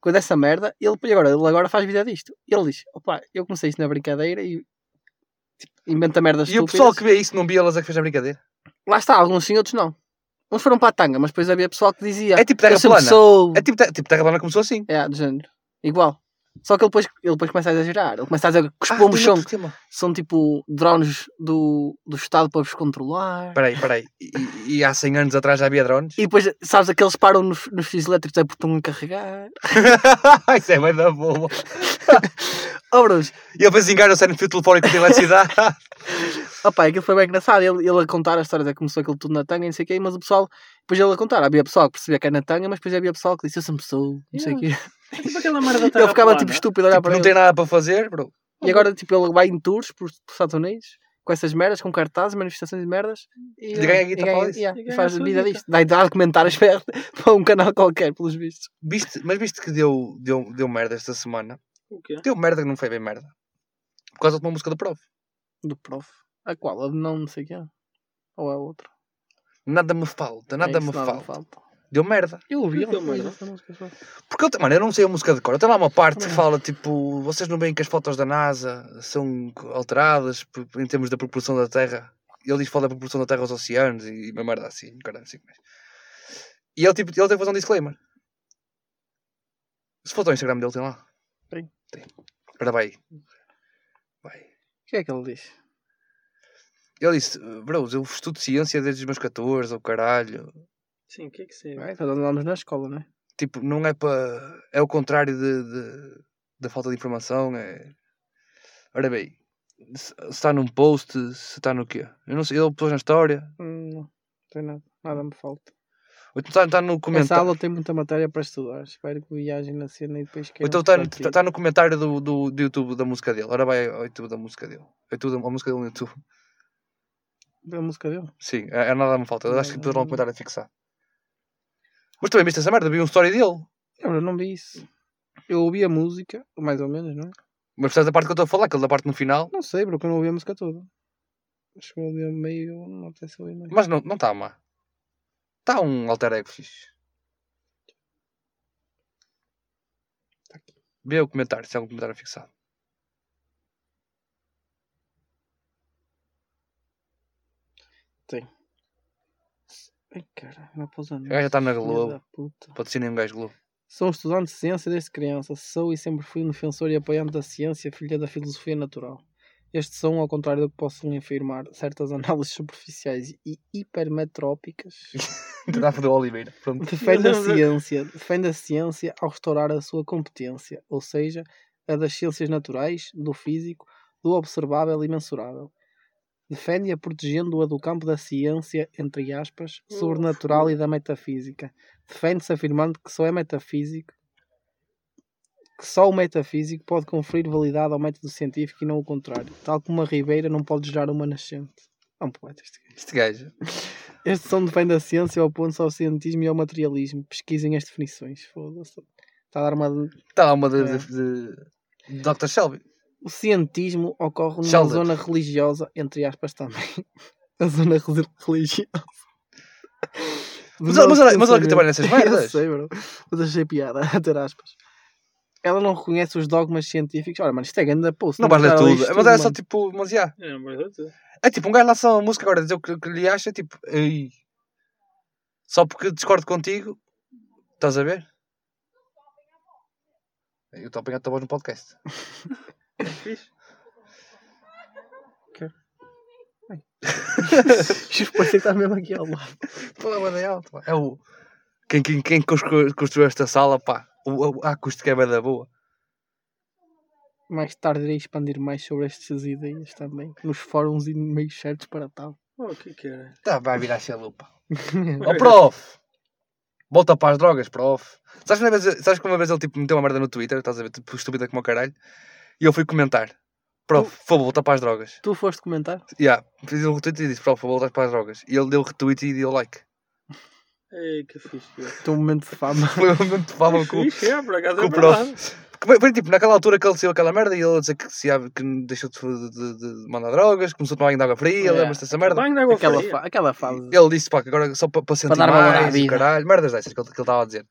Quando essa merda, ele, e agora, ele agora faz vida disto. Ele diz: opa, eu comecei isto na brincadeira e tipo, inventa merdas
E o
estúpidas.
pessoal que vê isso não via elas a é que fez a brincadeira?
Lá está, alguns sim, outros não. Uns foram para a tanga, mas depois havia pessoal que dizia:
É tipo terra
eu sempre
plana.
soube.
É tipo, te- tipo terra plana começou assim.
É, do género. Igual. Só que ele depois, ele depois começa a exagerar. Ele começa a dizer que os
Ah,
pombos
tem
são,
outro tema.
são tipo drones do, do Estado para vos controlar.
Peraí, peraí. E, e- e há 100 anos atrás já havia drones?
E depois, sabes, aqueles param nos, nos fios elétricos é porque estão a carregar.
Isso é bem da boa.
Oh, Bruce,
E ele fez enganar o sério no fio telefónico da cidade.
Opa, aquilo foi bem engraçado. Ele, ele a contar a história, que começou aquilo tudo na tanga e não sei o quê, mas o pessoal, depois ele a contar. Havia pessoal que percebia que era na tanga, mas depois havia pessoal que disse, eu sempre sou, não sei o quê.
É tipo aquela merda da
Ele
Terra
ficava
plana.
tipo estúpido a olhar
tipo,
para
não
ele.
tem nada para fazer, bro.
E agora, tipo, ele vai em tours por por Estados Unidos, com essas merdas, com cartazes, manifestações de merdas. E,
E ganha guita
e ganha-
para isso.
yeah,
E
e
ganha
faz
a sua
vida
guita.
disto. Dá, dá comentários para, para um canal qualquer, pelos vistos.
Viste, mas viste que deu, deu, deu merda esta semana?
O quê?
Deu merda que não foi bem merda. Por causa de uma música do Prof.
Do prof. A qual? A de não, não sei o quê. Ou é outra.
Nada me falta, nada
É isso,
me falta.
falta.
Deu merda.
Eu ouvi
Deu
ontem
merda.
essa música. só.
Porque eu, te- mano, eu não sei a música de cor. Tem lá uma parte que
Também não.
fala tipo: vocês não veem que as fotos da NASA são alteradas por- em termos da proporção da Terra. Ele diz que fala da proporção da Terra aos oceanos e uma merda assim. caralho, assim mas... E ele, tipo, ele tem que fazer um disclaimer. Se for ao Instagram dele, tem lá.
Tem.
Tem. Ora, vai. Vai.
O que é que ele diz?
Ele disse: Bros, eu estudo ciência desde os meus 14, ou caralho.
Sim, o que é que serve?
Bem, Todos andámos na escola, não é?
Tipo, não é para. É o contrário de, de- da falta de informação. É... Ora bem, se se está num post, se está no quê? Eu não sei, ele pôs na história.
Hum, não tem nada. Nada me falta.
Ou então está, está no
Essa
comentário.
aula tem muita matéria para estudar. Espero que viajem na cena e depois
Ou
queiram
então está,
refletir.
está- está no comentário do, do, do YouTube da música dele. Ora vai ao YouTube da música dele. Ao YouTube, da- à música dele no YouTube.
A música dele?
Sim, é, é nada me falta. Eu acho que depois
Hum.
lá um comentário a fixar. Mas também viste essa merda, vi um story dele.
Eu não vi isso. Eu ouvi a música, mais ou menos, não é?
Mas percebes da parte que eu estou a falar, aquele da parte no final.
Não sei, porque eu não ouvi a música toda. Acho que eu ouvi a meio, eu não até se ouvi meio.
Mas não está má. Está um alter ego fixe. Tá Vê o comentário, se há algum comentário fixado.
Ai, cara, não pôs a
O gajo já está na Globo.
da puta.
Patrocinem um gajo Globo.
Sou um estudante de ciência desde criança. Sou e sempre fui um defensor e apoiante da ciência, filha da filosofia natural. Este som, ao contrário do que possam afirmar, certas análises superficiais e hipermetrópicas,
Garrafa do Oliveira. Pronto.
defende a
Lembra-
ciência, defende a ciência ao restaurar a sua competência, ou seja, a das ciências naturais, do físico, do observável e mensurável. Defende-a protegendo-a do campo da ciência, entre aspas,
Hum,
sobrenatural e da metafísica. Defende-se afirmando que só é metafísico que só o metafísico pode conferir validade ao método científico e não o contrário, tal como a ribeira não pode gerar uma nascente. É um poeta este
Este gajo.
este som defende a ciência, opondo-se ao cientismo e ao materialismo. Pesquisem as definições. Foda-se. Está a dar uma.
Está Tá lá uma de,
É.
de, de Dr. Shelby.
O cientismo ocorre numa
Sheldon.
zona religiosa, entre aspas também. A zona re- religiosa. Do
Mas olha- mas olha-
nosso
mas olha que
pensamento.
trabalha nessas merdas.
Eu sei, bro. Mas achei piada, a ter aspas. Ela não reconhece os dogmas científicos. Olha, mano, isto é grande da poça.
Não vais ler
está ali
tudo.
isto
Mas era só
mano.
tipo. Mas já.
É, não vai dar tudo.
É tipo, um gajo lança uma música agora a dizer o que, o que lhe acha. Tipo. Ei. Só porque discordo contigo. Estás a ver? Eu estou a apanhar a tua voz no podcast.
É fixe.
Isto parece que está mesmo aqui ao lado.
Pô, é bué da alto, pá. É o... Quem, quem, quem constru- construiu esta sala, pá. O, o, a acústica é bué da boa.
Mais tarde irei expandir mais sobre estas ideias também. Nos fóruns e meios certos para tal.
Oh, o que é que era?
Tá, vai virar chalupa. Ó, prof! Volta para as drogas, prof. Sabes, que uma vez, sabes que uma vez ele tipo, meteu uma merda no Twitter, estás a ver, tipo, estúpida como o caralho. E eu fui comentar. Prof, por favor, volta para as drogas.
Tu foste comentar?
Yeah, fiz um retweet e disse, prof, por favor, volta para as drogas. E ele deu retweet e deu like.
Ei, que fixe. Que é.
Teu momento de fama.
Foi um momento de fama com,
fixe, é, por acaso
com
é
o prof.
verdade.
Que Foi, foi, tipo, naquela altura que ele saiu aquela merda e ele a dizer que, se há- que deixou de, de- de- de mandar drogas, começou a tomar banho de água fria,
Yeah.
lembras-te dessa merda?
Banho de água
Aquela,
fria.
fa aquela fase.
Ele disse, pá, que agora só para, para sentir
dar valor à
mais, e
vida.
caralho, merdas dessas que ele que ele estava a dizer.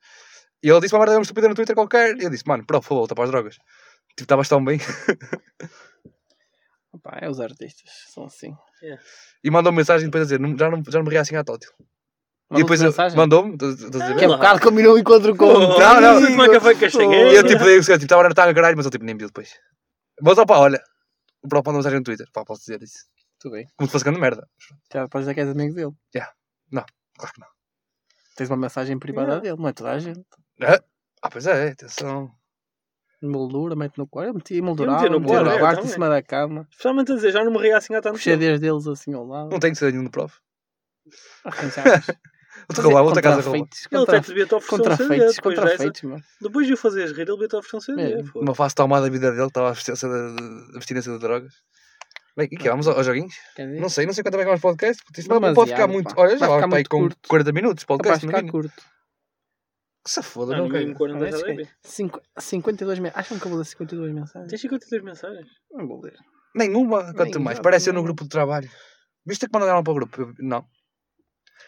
E ele disse uma merda uma estúpida no Twitter qualquer e eu disse, mano, pronto, por favor, volta para as drogas. Tipo, estavas tão bem.
Opa, é os artistas, são assim.
E mandou uma mensagem depois a dizer, "Não- já não, já não me reassem à tótil. E depois ele-
mensagem?
mandou-me, estás estás a
Que é
ver?
Ela-
bocado combinou o encontro com.
Oh,
Não, não.
Como é que foi castanheiro?
E eu tipo, dei o seguinte, tipo, estava na tarde, caralho, mas ele tipo, nem viu depois. Mas opa, olha, o próprio mandou mensagem no Twitter, pá, posso dizer isso.
Tudo bem.
Como se fosse grande merda.
Já depois dizer que és amigo dele.
Claro que não.
Tens uma mensagem privada dele, não é toda a gente.
Ah, pois é, atenção.
Moldura, mete no quarto. Eu meti
Eu
emoldurado,
meti no
meti no
quarto, eu
quarto, em
também.
cima da cama.
Especialmente a dizer, já não me ria assim há tanto
Os
tempo.
CDs deles assim ao lado.
Não tenho que ser nenhum do prof.
Arranjados. é
Vou-te roubar, vou-te a casa roubar.
Contrafeitos,
Ele até
contra-
te devia-te oferecer um CD.
Contrafeitos,
Depois, dessa,
contrafeitos, mano.
depois de o fazeres rir, ele devia-te oferecer um CD.
Mesmo.
pô.
Uma face tomada da vida dele, que estava a abstinência de, de, abstinência de drogas. Bem, e que vamos aos joguinhos?
Quer dizer,
Não sei, não sei quanto é que vai mais podcast, porque isto não
Demasiado,
pode ficar muito.
pá.
Olha, já
Vai
vai
ficar
para aí
muito
com
curto.
40 minutos de
capaz
podcast.
de
no
ficar
mínimo.
curto.
Que se foda,
Ah,
não,
no mínimo
quero.
40
Olha,
já
esse
deve
que é.
bem.
Cinqu- 52 mensagens. Acham que é um eu vou ler 52 mensagens?
Tens 53 mensagens.
Não vou ler.
Nenhuma, quanto
Nenhuma,
mais. Parece eu no
nenhuma.
grupo de trabalho. Viste que mandaram para o grupo? Eu- Não.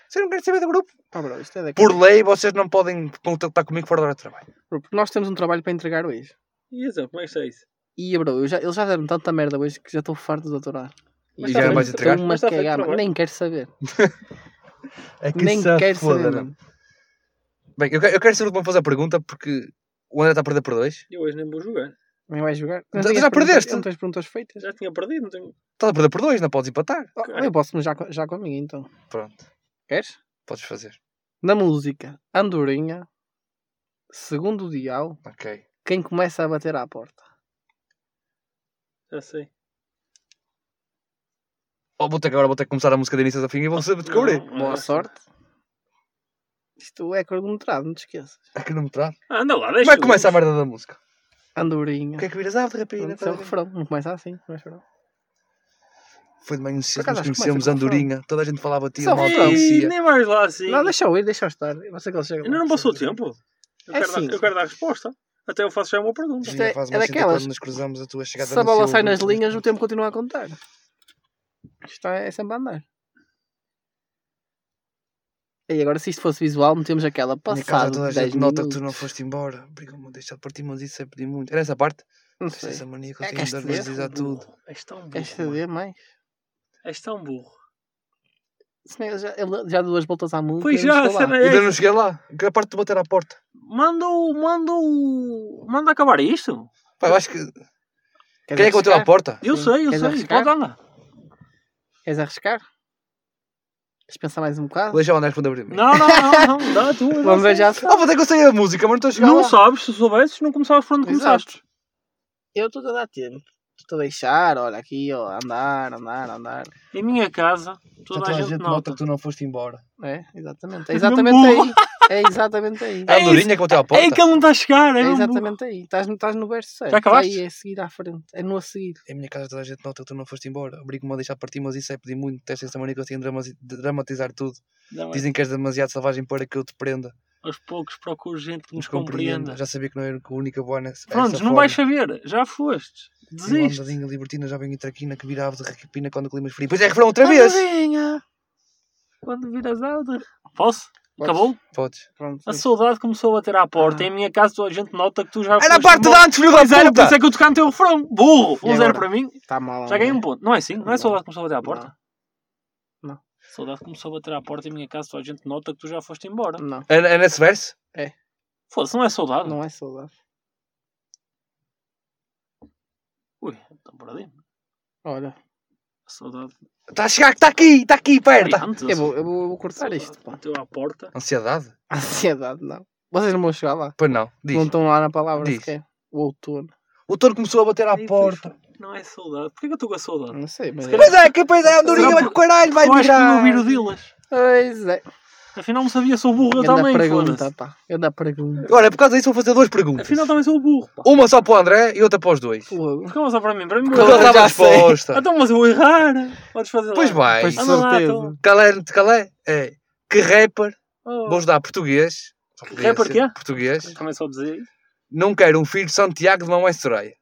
Vocês não querem saber do grupo?
Pá, bro, isto é da
Por lei, vocês não podem contactar comigo fora da hora de trabalho.
Bro, Porque nós temos um trabalho para entregar hoje.
E isso, como é que está isso?
E, bro, eu já, eles já deram tanta merda hoje que já estou farto de doutorar.
Mas
e
tá
já
bem,
vais
tá
entregar?
Estou
Mas
uma
está feito o
cagada.
trabalho.
Nem quero saber.
É
nem quero saber.
né?
mano.
Bem, eu quero, eu quero saber o que vão fazer a pergunta porque o André está a perder por dois.
Eu hoje nem vou jogar.
Nem vais jogar.
Tu-
Não
tu
tinhas
já
perguntas-
perdeste.
Não tens perguntas feitas.
Já tinha perdido, não tenho.
Estás a perder por dois, não podes empatar.
Oh, eu posso já, com- já com a minha, então.
Pronto,
Queres?
podes fazer.
Na música Andorinha, segundo o dial,
Ok.
quem começa a bater à porta?
Já sei.
Oh, vou ter que agora vou ter que começar a música de início ao fim e vou saber descobrir.
Não,
Boa
ah,
sorte. Isto é cronometrado, não te esqueças.
É que não me traz.
Ah, anda lá,
Como
deixa.
é que começa a merda da música?
Andorinha.
O que é que viras? Ah, de
né,
rapina.
tá
Pronto, é o refrão. Não começa assim. Não é refrão.
Foi de manhã um cedo,
acaso,
nós
acho que
conhecemos
começa com o
Andorinha. Toda a gente falava a ti,
Só
a malta
refrão.
Ei,
conhecia.
nem mais lá assim.
Não, deixa eu ir, deixa eu estar. Eu sei que ele chega lá.
Ainda não passou o tempo. Eu,
É
quero
sim.
dar, eu quero dar a resposta. Até eu faço já uma pergunta.
Isto é-
Faz
é
mais sentido
daquelas.
Quando nos cruzamos a tua chegada um
Se a bola
seu
sai nas
grupo.
linhas, o tempo continua a contar. Isto é, é sempre a andar. E agora, se isto fosse visual, metemos aquela
Minha casa
passada
toda a
de 10
gente nota que tu
minutos.
não foste embora. Obrigou-me a deixar de partir, mas isso é pedir muito. Era essa parte?
Não sei.
Essa mania que
É
eu
que
tenho de
este
organizar tudo.
És tão burro.
Queres
mano.
saber mais?
És tão burro.
Se não, já, ele já deu duas voltas à música.
Pois
e não
já,
chegou lá.
será
E ainda
é.
não cheguei lá. Que a parte de bater à porta.
Manda o. Manda o. Manda acabar isto.
Pá, eu
É
acho que.
Queres
Quem é que bateu à
arriscar?
porta?
Eu
Sim.
sei, eu
Queres
sei.
arriscar?
Pode andar.
Queres arriscar? Queres pensar mais um bocado?
Deixa o André responder primeiro.
Não, não, não, não. Dá tu. eu
Vamos
sei.
ver já.
Ah, vou ter que eu sei a música, mas não estou a chegar
Não
lá.
sabes, se soubesses, não começavas por onde
Exato.
começaste.
Eu estou a dar tempo. Estou a deixar, olha aqui, ó, andar, andar, andar.
Em minha casa, toda, a gente, nota.
que tu não foste embora.
É, exatamente. É
Meu
exatamente aí. É exatamente aí.
É a
É
Andorinha que bateu à porta.
É que ele não está a chegar, é,
É
mesmo burro.
exatamente aí. Estás no, estás no verso certo.
Já acabaste?
Aí é a seguir à frente. É no a seguir.
Em minha casa toda a gente nota que tu não foste embora. Obrigo-me a deixar de partir, mas isso é pedir muito. Testa essa mania que eu tenho de dramasi- de dramatizar tudo.
Não, é.
Dizem que és demasiado selvagem para que eu te prenda.
Aos poucos procuro gente que
Nos
nos
compreenda.
compreenda.
Já sabia que não era a única boa nessa.
Pronto,
essa
não
forma.
vais saber, já foste.
Uma
Desiste.
ondadinha libertina, jovem e traquina, que virava de requipina quando o clima esfria. Pois é, refrão outra vez!
Tadinha. Quando viras alta. Posso? Acabou?
Podes.
Pronto.
A saudade começou a bater à porta. Em minha casa toda a gente nota que tu já
Era a
foste
É parte de
embora.
antes, filho da
Ah, Pois era, por isso
puta!
é que eu tocando o teu refrão. Burro!
E
Um zero
agora?
para mim.
Está mal.
Já ganhei
não
um
é?
ponto. Não é assim? Não é
Não.
saudade que começou a bater à porta?
Não. Não.
Saudade começou a bater à porta em minha casa toda a gente nota que tu já foste embora.
Não,
É é nesse verso?
Foda-se, não é saudade.
não é saudável.
Ui, então perdi.
Olha,
Saudade.
Está Tá a chegar, está aqui, está aqui, perto! tá.
Antes,
eu vou, eu vou, eu vou cortar
saudade
é isto. Pá.
Bateu à porta.
Ansiedade?
Ansiedade, não. Vocês não vão chegar lá.
Pois não,
Não
diz.
estão lá na palavra
Diz.
sequer. O outono.
O touro começou a bater à
Ei,
porta.
pois, Não é saudade. Porquê que eu estou com a saudade?
Não sei, mas.
Se
é-
calhar-
Pois é, que pois é, a Andorinha
Será
vai com o caralho, vai
eu acho que não
mijar!
ouvir o Dilas.
Pois é.
Afinal não sabia, sou burro, eu
Ganda
também.
pergunta,
foda-se.
pá. Ganda pergunta.
Agora, por causa disso, vou fazer duas perguntas.
Afinal também sou burro. Pá.
Uma só para o André e outra para os dois.
Fogo.
Porque não só para mim, para mim.
Porque ele
eu
estava
já
a resposta.
Então, mas eu vou errar. Podes fazer lá.
Pois vai.
Pois de
Anda lá, então.
certeza.
Calé, calé, é. Que rapper,
Oh.
vou ajudar português. Só podia
rapper
ser
que é?
Português.
Também só dizer isso.
Não quero um filho de Santiago de Mamãe Soraya.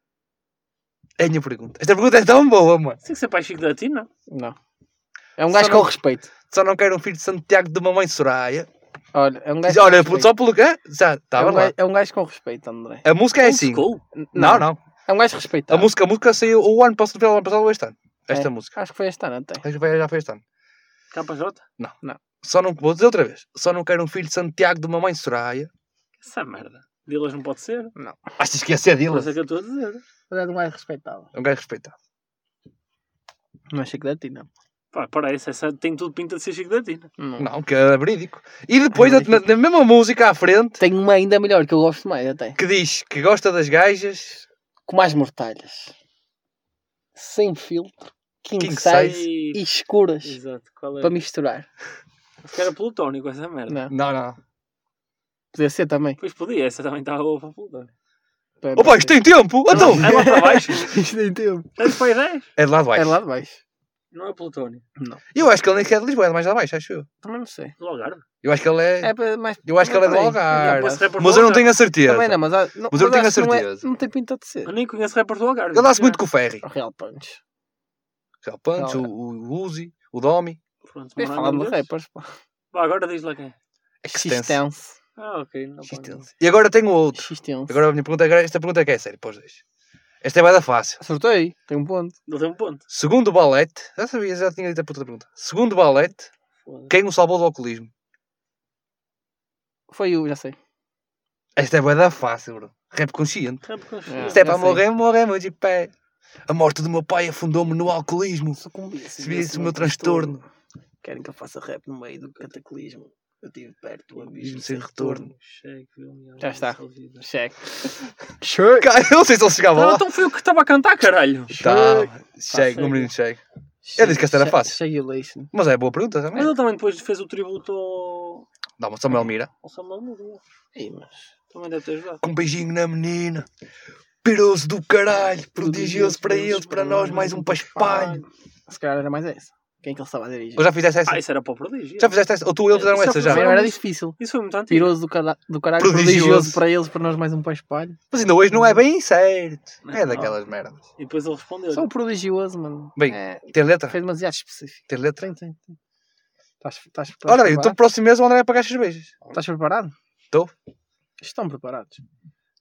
É a minha pergunta. Esta pergunta é tão boa, mano.
Sei que você é pai Chico da Tina.
Não. É um
Só
gajo que
não-
eu respeito.
Só não quero um filho de Santiago de Mamãe Soraya.
Olha, é um gajo.
Diz,
com
olha,
respeito.
puto, só pelo quê? Já,
é,
estava
um
lá.
gajo, é um gajo com respeito, André.
A música é
Old
assim.
school.
N-
Não, não.
É um gajo respeitado.
A música, a música saiu o ano passado, no final do ano passado ou este ano. Esta
É.
música.
Acho que foi esta ano até.
Acho que foi- Já foi este ano.
KJ.
Só não, vou dizer outra vez. Só não quero um filho de Santiago de Mamãe Soraya.
Essa merda. Dilas não pode ser.
Achas que ia ser
Não
Dylan?
sei o que eu estou a dizer.
Mas é de um gajo respeitado.
É um gajo respeitado.
Não é Chico da Tina.
Pá, parece. Essa é tem tudo pinta de ser Chico da Tina.
Não.
Não, que é verídico. E depois,
É
na, na- na mesma música à frente,
Tem uma ainda melhor que eu gosto mais até.
que diz que gosta das gajas.
Com mais mortalhas. Sem filtro. King,
King
size,
size.
E-
e escuras.
Exato. Qual é?
Para misturar.
Porque era plutónico essa merda.
Não,
Não.
não.
Podia ser também.
Pois podia. Essa também estava boa para plutónico.
Opa, isto tem tempo! Então!
É lá para baixo.
Isto nem tempo.
É de pai 10.
É de lá de
É
baixo.
lá de baixo.
Não é plutónico.
Eu acho que ele nem sequer é de Lisboa, é de mais lá de baixo, acho eu.
Também não sei.
Do Algarve.
Eu acho que ele é.
É para mais...
Eu acho que ele é do
Também.
Algarve.
Posso ser por
Mas eu não
volta?
tenho a certeza.
Também não, mas, há- não,
Mas eu tenho
acho
a
que não é-
certeza.
Não, tem pinta de ser.
Eu nem conheço rappers do Algarve.
Ele dá-se muito com o Ferry.
O Real Punch.
O Punch, o, o Uzi, o Domi.
Pronto,
Vem
mas
falar de
nada
rappers, pá.
Vá, agora diz lá quem é.
Existência.
Existence.
Ah, ok. Não pode.
Existência. E agora tenho outro.
Existence.
Agora a minha pergunta, agora esta pergunta é que é séria para os dois. Esta é bada fácil.
Acertei. Tem um ponto.
Ele tem um ponto.
Segundo o Balete, já sabia, já tinha dito a puta da pergunta. Segundo o Balete,
Foda-se.
quem o salvou do alcoolismo?
Foi o, já sei.
Esta é bada fácil, bro. Rap consciente.
Rap com os-
É.
Isto é
já
para
sei.
morrer, morremos de pé. A morte do meu pai afundou-me no alcoolismo.
Sucumbi.
Se visse o meu transtorno.
Querem que eu faça rap no meio do cataclismo. Eu estive perto do
abismo sem retorno.
Chegue, William,
é- Já está. Tá
resolvida.
Cheque. Cheque.
Cara, eu não sei se ele chegava
Ah,
lá.
então foi o que estava a cantar, caralho.
É.
Tá, chega,
Tá,
o menino chega.
Eu
disse que esta era fácil.
Shagulation.
Mas é boa pergunta também.
Mas ele também depois fez o tributo ao,
Dá uma Samuel Mira.
ao Samuel Moura.
Ei, mas...
um. Também deve ter ajudado.
Com um beijinho na menina. Piroso do caralho. Prodigioso para eles, para nós, mais um paspalho.
Se calhar era mais essa. Quem é que ele estava a dirigir?
Ou já fizeste essa?
Ah, isso era para o prodígio.
Já fizeste essa? Ou tu ou ele fizeram
Isso
essa
já-
já?
Primeiro era difícil.
Isso foi muito antigo.
Tiroso do, cara- do caralho,
Prodigioso.
prodigioso. para eles, para nós mais um paspalho.
Mas ainda hoje não é bem certo.
Não.
É daquelas merdas.
E depois ele respondeu.
Só o um prodigioso, mano.
Bem,
é,
Tem letra?
foi demasiado específico.
Tem letra?
Tem, tem, tem. Estás, estás, estás,
Ora bem,
preparado?
então próximo mês o André vai pagar as cervejas.
estás preparado?
Tô.
Estão preparados.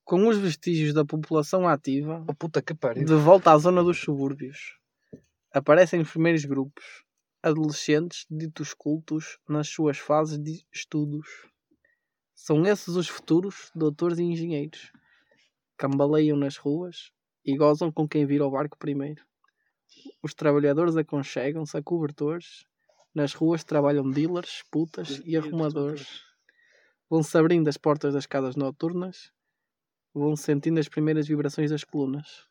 Com os vestígios da população ativa,
Oh puta que pariu.
De volta à zona dos subúrbios, aparecem os primeiros grupos, adolescentes ditos cultos nas suas fases de estudos. São esses os futuros doutores e engenheiros. Cambaleiam nas ruas e gozam com quem vir ao barco primeiro. Os trabalhadores aconchegam-se a cobertores. Nas ruas trabalham dealers, putas e arrumadores. Vão-se abrindo as portas das casas noturnas. Vão-se sentindo as primeiras vibrações das colunas.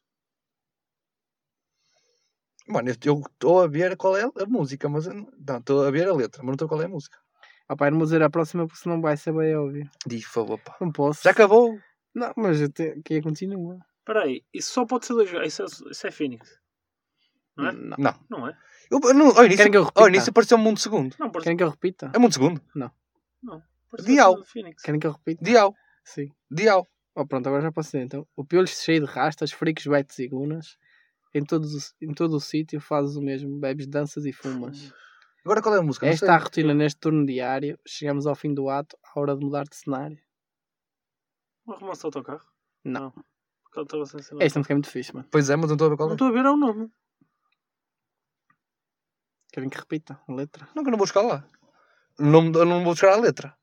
Mano, eu- eu estou a ver qual é a música, mas eu não não, estou a ver a letra, mas não estou a qual é a música.
Ah pá, eu não vou dizer a próxima porque senão vai ser bem óbvio.
Diz, por favor, pá.
Não posso.
Já acabou.
Não, mas eu te... que é continua.
Espera aí, isso só pode ser dois jogos. Isso, é- isso é Phoenix. Não é?
Não.
Não.
Não é?
Eu, eu não, ao início,
Querem que eu repita?
ao início pareceu-me mundo segundo.
Não, pode ser.
Querem que eu repita?
É mundo segundo.
pode ser
Dial.
é do Phoenix.
Querem que eu repita?
Dial.
Sim.
Dial.
Oh, pronto, agora já posso dizer então. O piolho cheio de rastas, fricos, betes e gunas. Em, todos os- em todo o sítio fazes o mesmo. Bebes, danças e fumas.
Agora qual é a música? Não
Esta é a rotina neste turno diário. Chegamos ao fim do ato, à hora de mudar de cenário.
Um romance de autocarro.
Não.
Porque eu estava sem saber.
Esta música é muito fixe, mano.
sei. Pois é, mas não estou a ver qual
Não
é.
estou a ver, é o nome.
Querem que repita a letra?
Não, que eu não vou buscar lá. Não, eu não vou buscar a letra.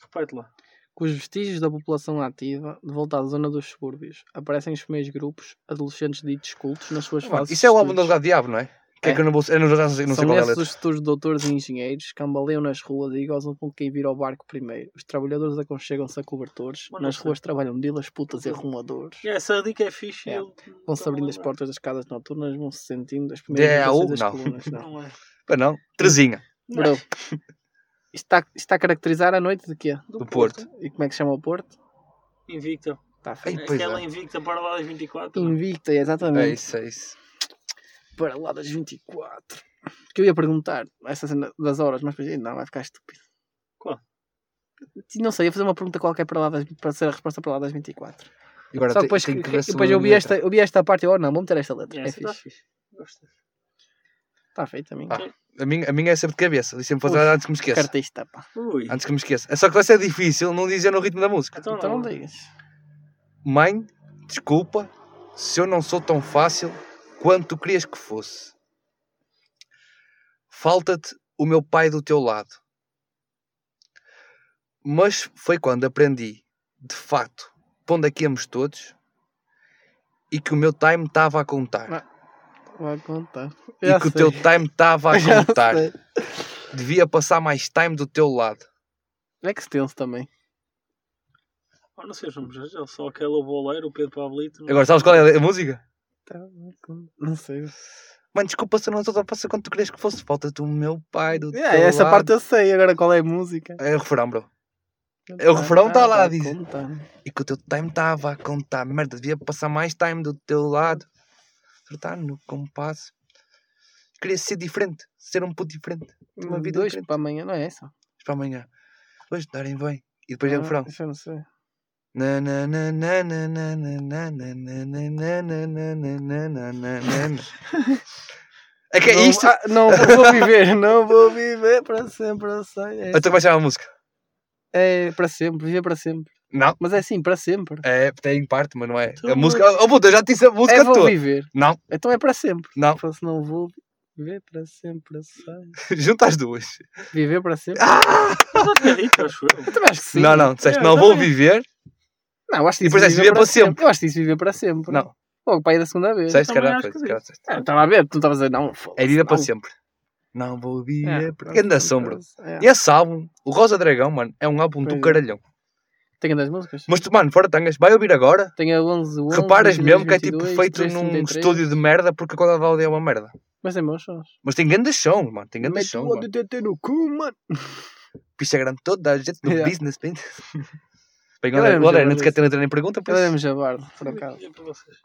Repete lá.
Com os vestígios da população ativa, de volta à zona dos subúrbios, aparecem os primeiros grupos, adolescentes ditos cultos, nas suas
Mano,
fases.
isso é
de
o álbum do
estudos.
Advogado Diabo, não é? Que é
É.
que eu não vou. Eu não, já sei, não sei
São
qual é a
esses
letra.
os futuros doutores e engenheiros, cambaleiam nas ruas e gozam com quem vir ao barco primeiro. Os trabalhadores aconchegam-se a cobertores,
Mano,
nas
essa-
ruas trabalham dealers, putas e arrumadores.
E essa dica é fixe.
É.
e eu-
Vão-se
não me
abrindo as
lembro.
portas das casas noturnas, vão-se sentindo as primeiras
D.A.U.,
vibrações das
É, não.
colunas. Não.
Não é.
Pois não. Trezinha.
Bro, isto está, isto está a caracterizar a noite de quê?
Do Porto.
E como é que se chama o Porto?
Invicta.
Está
Ei,
feio.
pois
Aquela
é.
invicta para lá das 24. não é?
Invicta,
É
exatamente.
isso, é isso.
Para lá das 24. Porque eu ia perguntar essa cena das horas, mas pensei, não, vai ficar estúpido.
Qual?
Não sei, ia fazer uma pergunta qualquer para, lá das, para ser a resposta para lá das 24.
E agora
Só
tem-
depois,
tem
que,
que ver se
depois
o
eu, vi
letra.
esta, eu vi esta parte e eu, oh, não, vou meter esta letra.
É,
é
essa tá
fixe.
fixe. Gosto.
Está feito a mim.
Ah, A minha, a minha é sempre de cabeça. Disse sempre fazer
Ui,
antes que me esqueça.
Cartista, pá.
Ui.
Antes que me esqueça. É só que vai ser difícil não dizer no ritmo da música.
Então,
Então
não.
não digas.
Mãe, desculpa se eu não sou tão fácil quanto tu querias que fosse. Falta-te o meu pai do teu lado. Mas foi quando aprendi, de facto, pondo aqui é íamos todos e que o meu time estava a contar.
Ah, Vai contar.
e
Já
que o
sei.
teu time estava a
Já
contar.
sei.
Devia passar mais time do teu lado.
É que se tenso também.
Ah, não sei os nomes. já- Só aquele o boleiro, o Pedro Pablito.
Hum.
não-
Agora, sabes qual é a música?
Não sei.
Mano, desculpa se eu não sou tão fácil quanto tu querias que fosse. Falta-te o meu pai do
É,
teu
essa
lado.
parte eu sei. Agora qual é a música?
É o refrão, bro. É, o refrão tá lá, diz. E que o teu time estava a contar. Merda, devia passar mais time do teu lado. Acertar no compasso. Queria ser diferente. Ser um puto diferente. Uma
Uma
vida
dois
diferente.
para amanhã, não é essa?
Para amanhã. Hoje darem bem. E depois é o
Ah,
refrão.
isso eu não sei.
Na, na, na, na, na, na, na, na, na, na, na, na, na, na, na, na, na, na, na. É que é
não,
isto.
ah, não vou viver, não vou viver para sempre, eu sei. É,
Então vai chamar a música.
é para sempre, viver para sempre.
Não.
Mas é assim, para sempre.
É, tem parte, mas não é.
Então,
a música. Oh, puta, eu já te disse a música
é vou
toda.
viver.
Não,
Então é para sempre.
não.
Se não vou viver para sempre, eu sei.
Junta as duas.
Viver para sempre.
Ah,
Mas já tinha dito, acho eu.
Eu também acho que sim.
Não, não. Disseste,
É,
não vou
também.
viver.
Não, eu acho que
E
disse
depois disseste viver para
Eu acho que disse viver para sempre.
Não.
Logo para ir da segunda vez.
Disseste,
também
caralho.
acho que
se calhar disseste.
Ah, eu Estava a ver, tu não estavas a dizer, não. foda-se,
É vida para
não.
sempre. Não vou
É,
viver.
pronto,
Porque anda
pronto,
sombra.
é.
E esse álbum, o Rosa Dragão, mano, é um álbum
Pois
do
é.
caralhão.
Tenho das músicas?
Mas tu, mano, fora tangas, vai ouvir agora.
Tenho a 11, 11
Reparas
22,
mesmo que é
22,
tipo feito
3,
num
33.
estúdio de merda porque a qualidade de áudio é uma merda.
Mas tem bons sons.
Mas tem grandes sons, mano. Tem grandes
Mete
sons.
o
mano.
DDT no cu, mano.
Picha grande toda, a gente no
Yeah. um
business. Bem, bem
Eu
André,
lembro-me
o André
de
não te quer
isso.
ter nem pergunta, por
Eu
isso.
lembro Jabardo, por acaso.
Diga para vocês.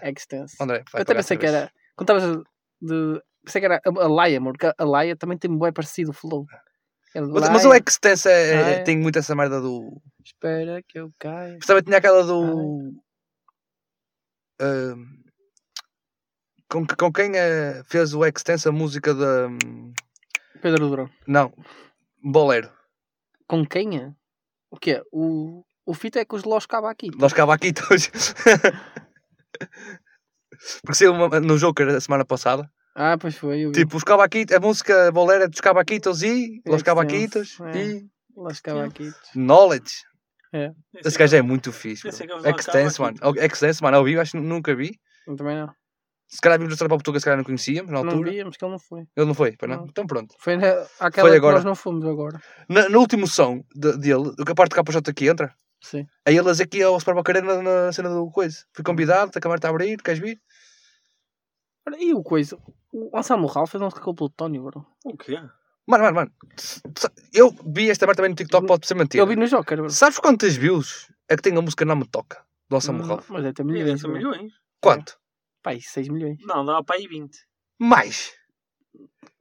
É que extenso.
André,
Eu
vai
até
pagar
pensei
essa
que
vez.
era. Quando estavas de. Pensei que era a a Laia, amor, porque a Laia também tem um bem parecido o flow. É
Mas,
Laia,
mas o Extense é, é-
Ah, é.
tem muito essa merda do.
Espera que eu caia.
Sabe, tinha aquela do. Ahm, com, que- com quem eh, fez o Extense a música da. hum,
Pedro Durão.
Não, Bolero.
Com quem é? O quê? O, o fito é que os Los Cabaquito.
Nós cavaquitos. Porque saiu uma- no Joker a semana passada.
Ah, pois foi. Eu vi.
Tipo, os cavaquitos, a música Bolero é dos cavaquitos e. Los
Extense,
cavaquitos
é.
e.
Los Cabaquitos.
Knowledge.
Nem sei
Esse gajo é
como-
muito fixe.
Esse
bro.
gajo não
Extense, mano.
acaba
Extense, mano, ao vivo, acho que nunca vi.
Eu Também não.
Se calhar vimos no Trapa Portuga, se calhar não conhecíamos na
Não
altura.
víamos que ele não foi.
Ele não foi, pois não?
Não.
Então pronto.
Foi na, aquela
Foi
que
agora.
nós não fomos agora.
Na- no último som de- dele, o que a parte do KJ aqui entra,
Sim.
é ele a dizer que ia ao Super Bacarena na, na cena do coisa. Fui convidado, a câmara está a abrir, queres vir?
Ora, E o coisa? O Anselmo Ralph fez um recuplo de Tony, bro.
O quê?
Mano, mano, mano. tu sa- Eu vi esta merda também no TikTok, pode ser mentira.
Eu vi no Joker, bro.
Sabes quantas views é que tem a música Não Me Toca? Do Anselmo Ralph?
Mas é até
Ih,
milhões.
deve ser
bro.
milhões.
Quanto?
Pai, 6 milhões.
Não, dá para aí 20.
É.
Mais.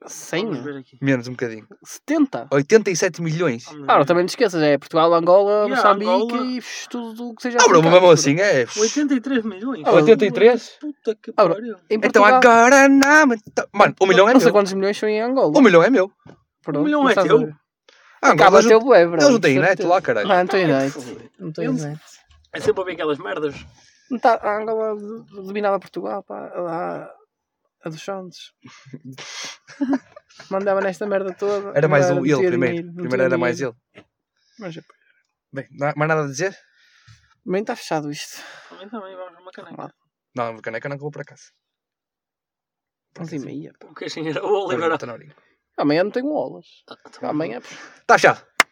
100?
Vamos ver aqui.
Menos um bocadinho.
70?
87 milhões.
Vamos
Claro,
ver.
também não te esqueças, é Portugal, Angola,
Yeah,
Moçambique
Angola.
e pff, tudo o que seja.
Ah, bro, mas
africano,
mesmo
bro.
assim é.
83 milhões.
Ah,
83?
Puta que
Ah, bro.
pariu.
Em
Então
Portugal,
agora não me to- Mano, um milhão é
Não sei
meu.
quantos milhões são em Angola.
Um milhão é meu.
Pronto,
um milhão
não
é
estás a
teu?
ver.
Ah,
Acaba
mas eu-
teu bué, bro.
Eles não têm
de
net
certeza.
lá, caralho.
Não, não tem
Ah,
net.
que foda.
Não tem
Eu-
net.
É sempre a ver aquelas merdas.
Não tá, a Angola dominava Portugal, pá. Lá, a dos Santos. Mandava nesta merda toda.
Era mais
Agora
o
não
ele
tinha
primeiro.
dinheiro, não
Primeiro
tinha
era mais
dinheiro.
ele.
Mas é-
Bem, não há mais nada a dizer?
Bem, está fechado isto.
Também, também, vamos a uma caneca.
Não, a caneca não vou para casa.
11 e meia. pá.
é? O que é que era? O Oliver.
Está Tá
tá. Amanhã é não tenho olas. Amanhã, pá.
fechado.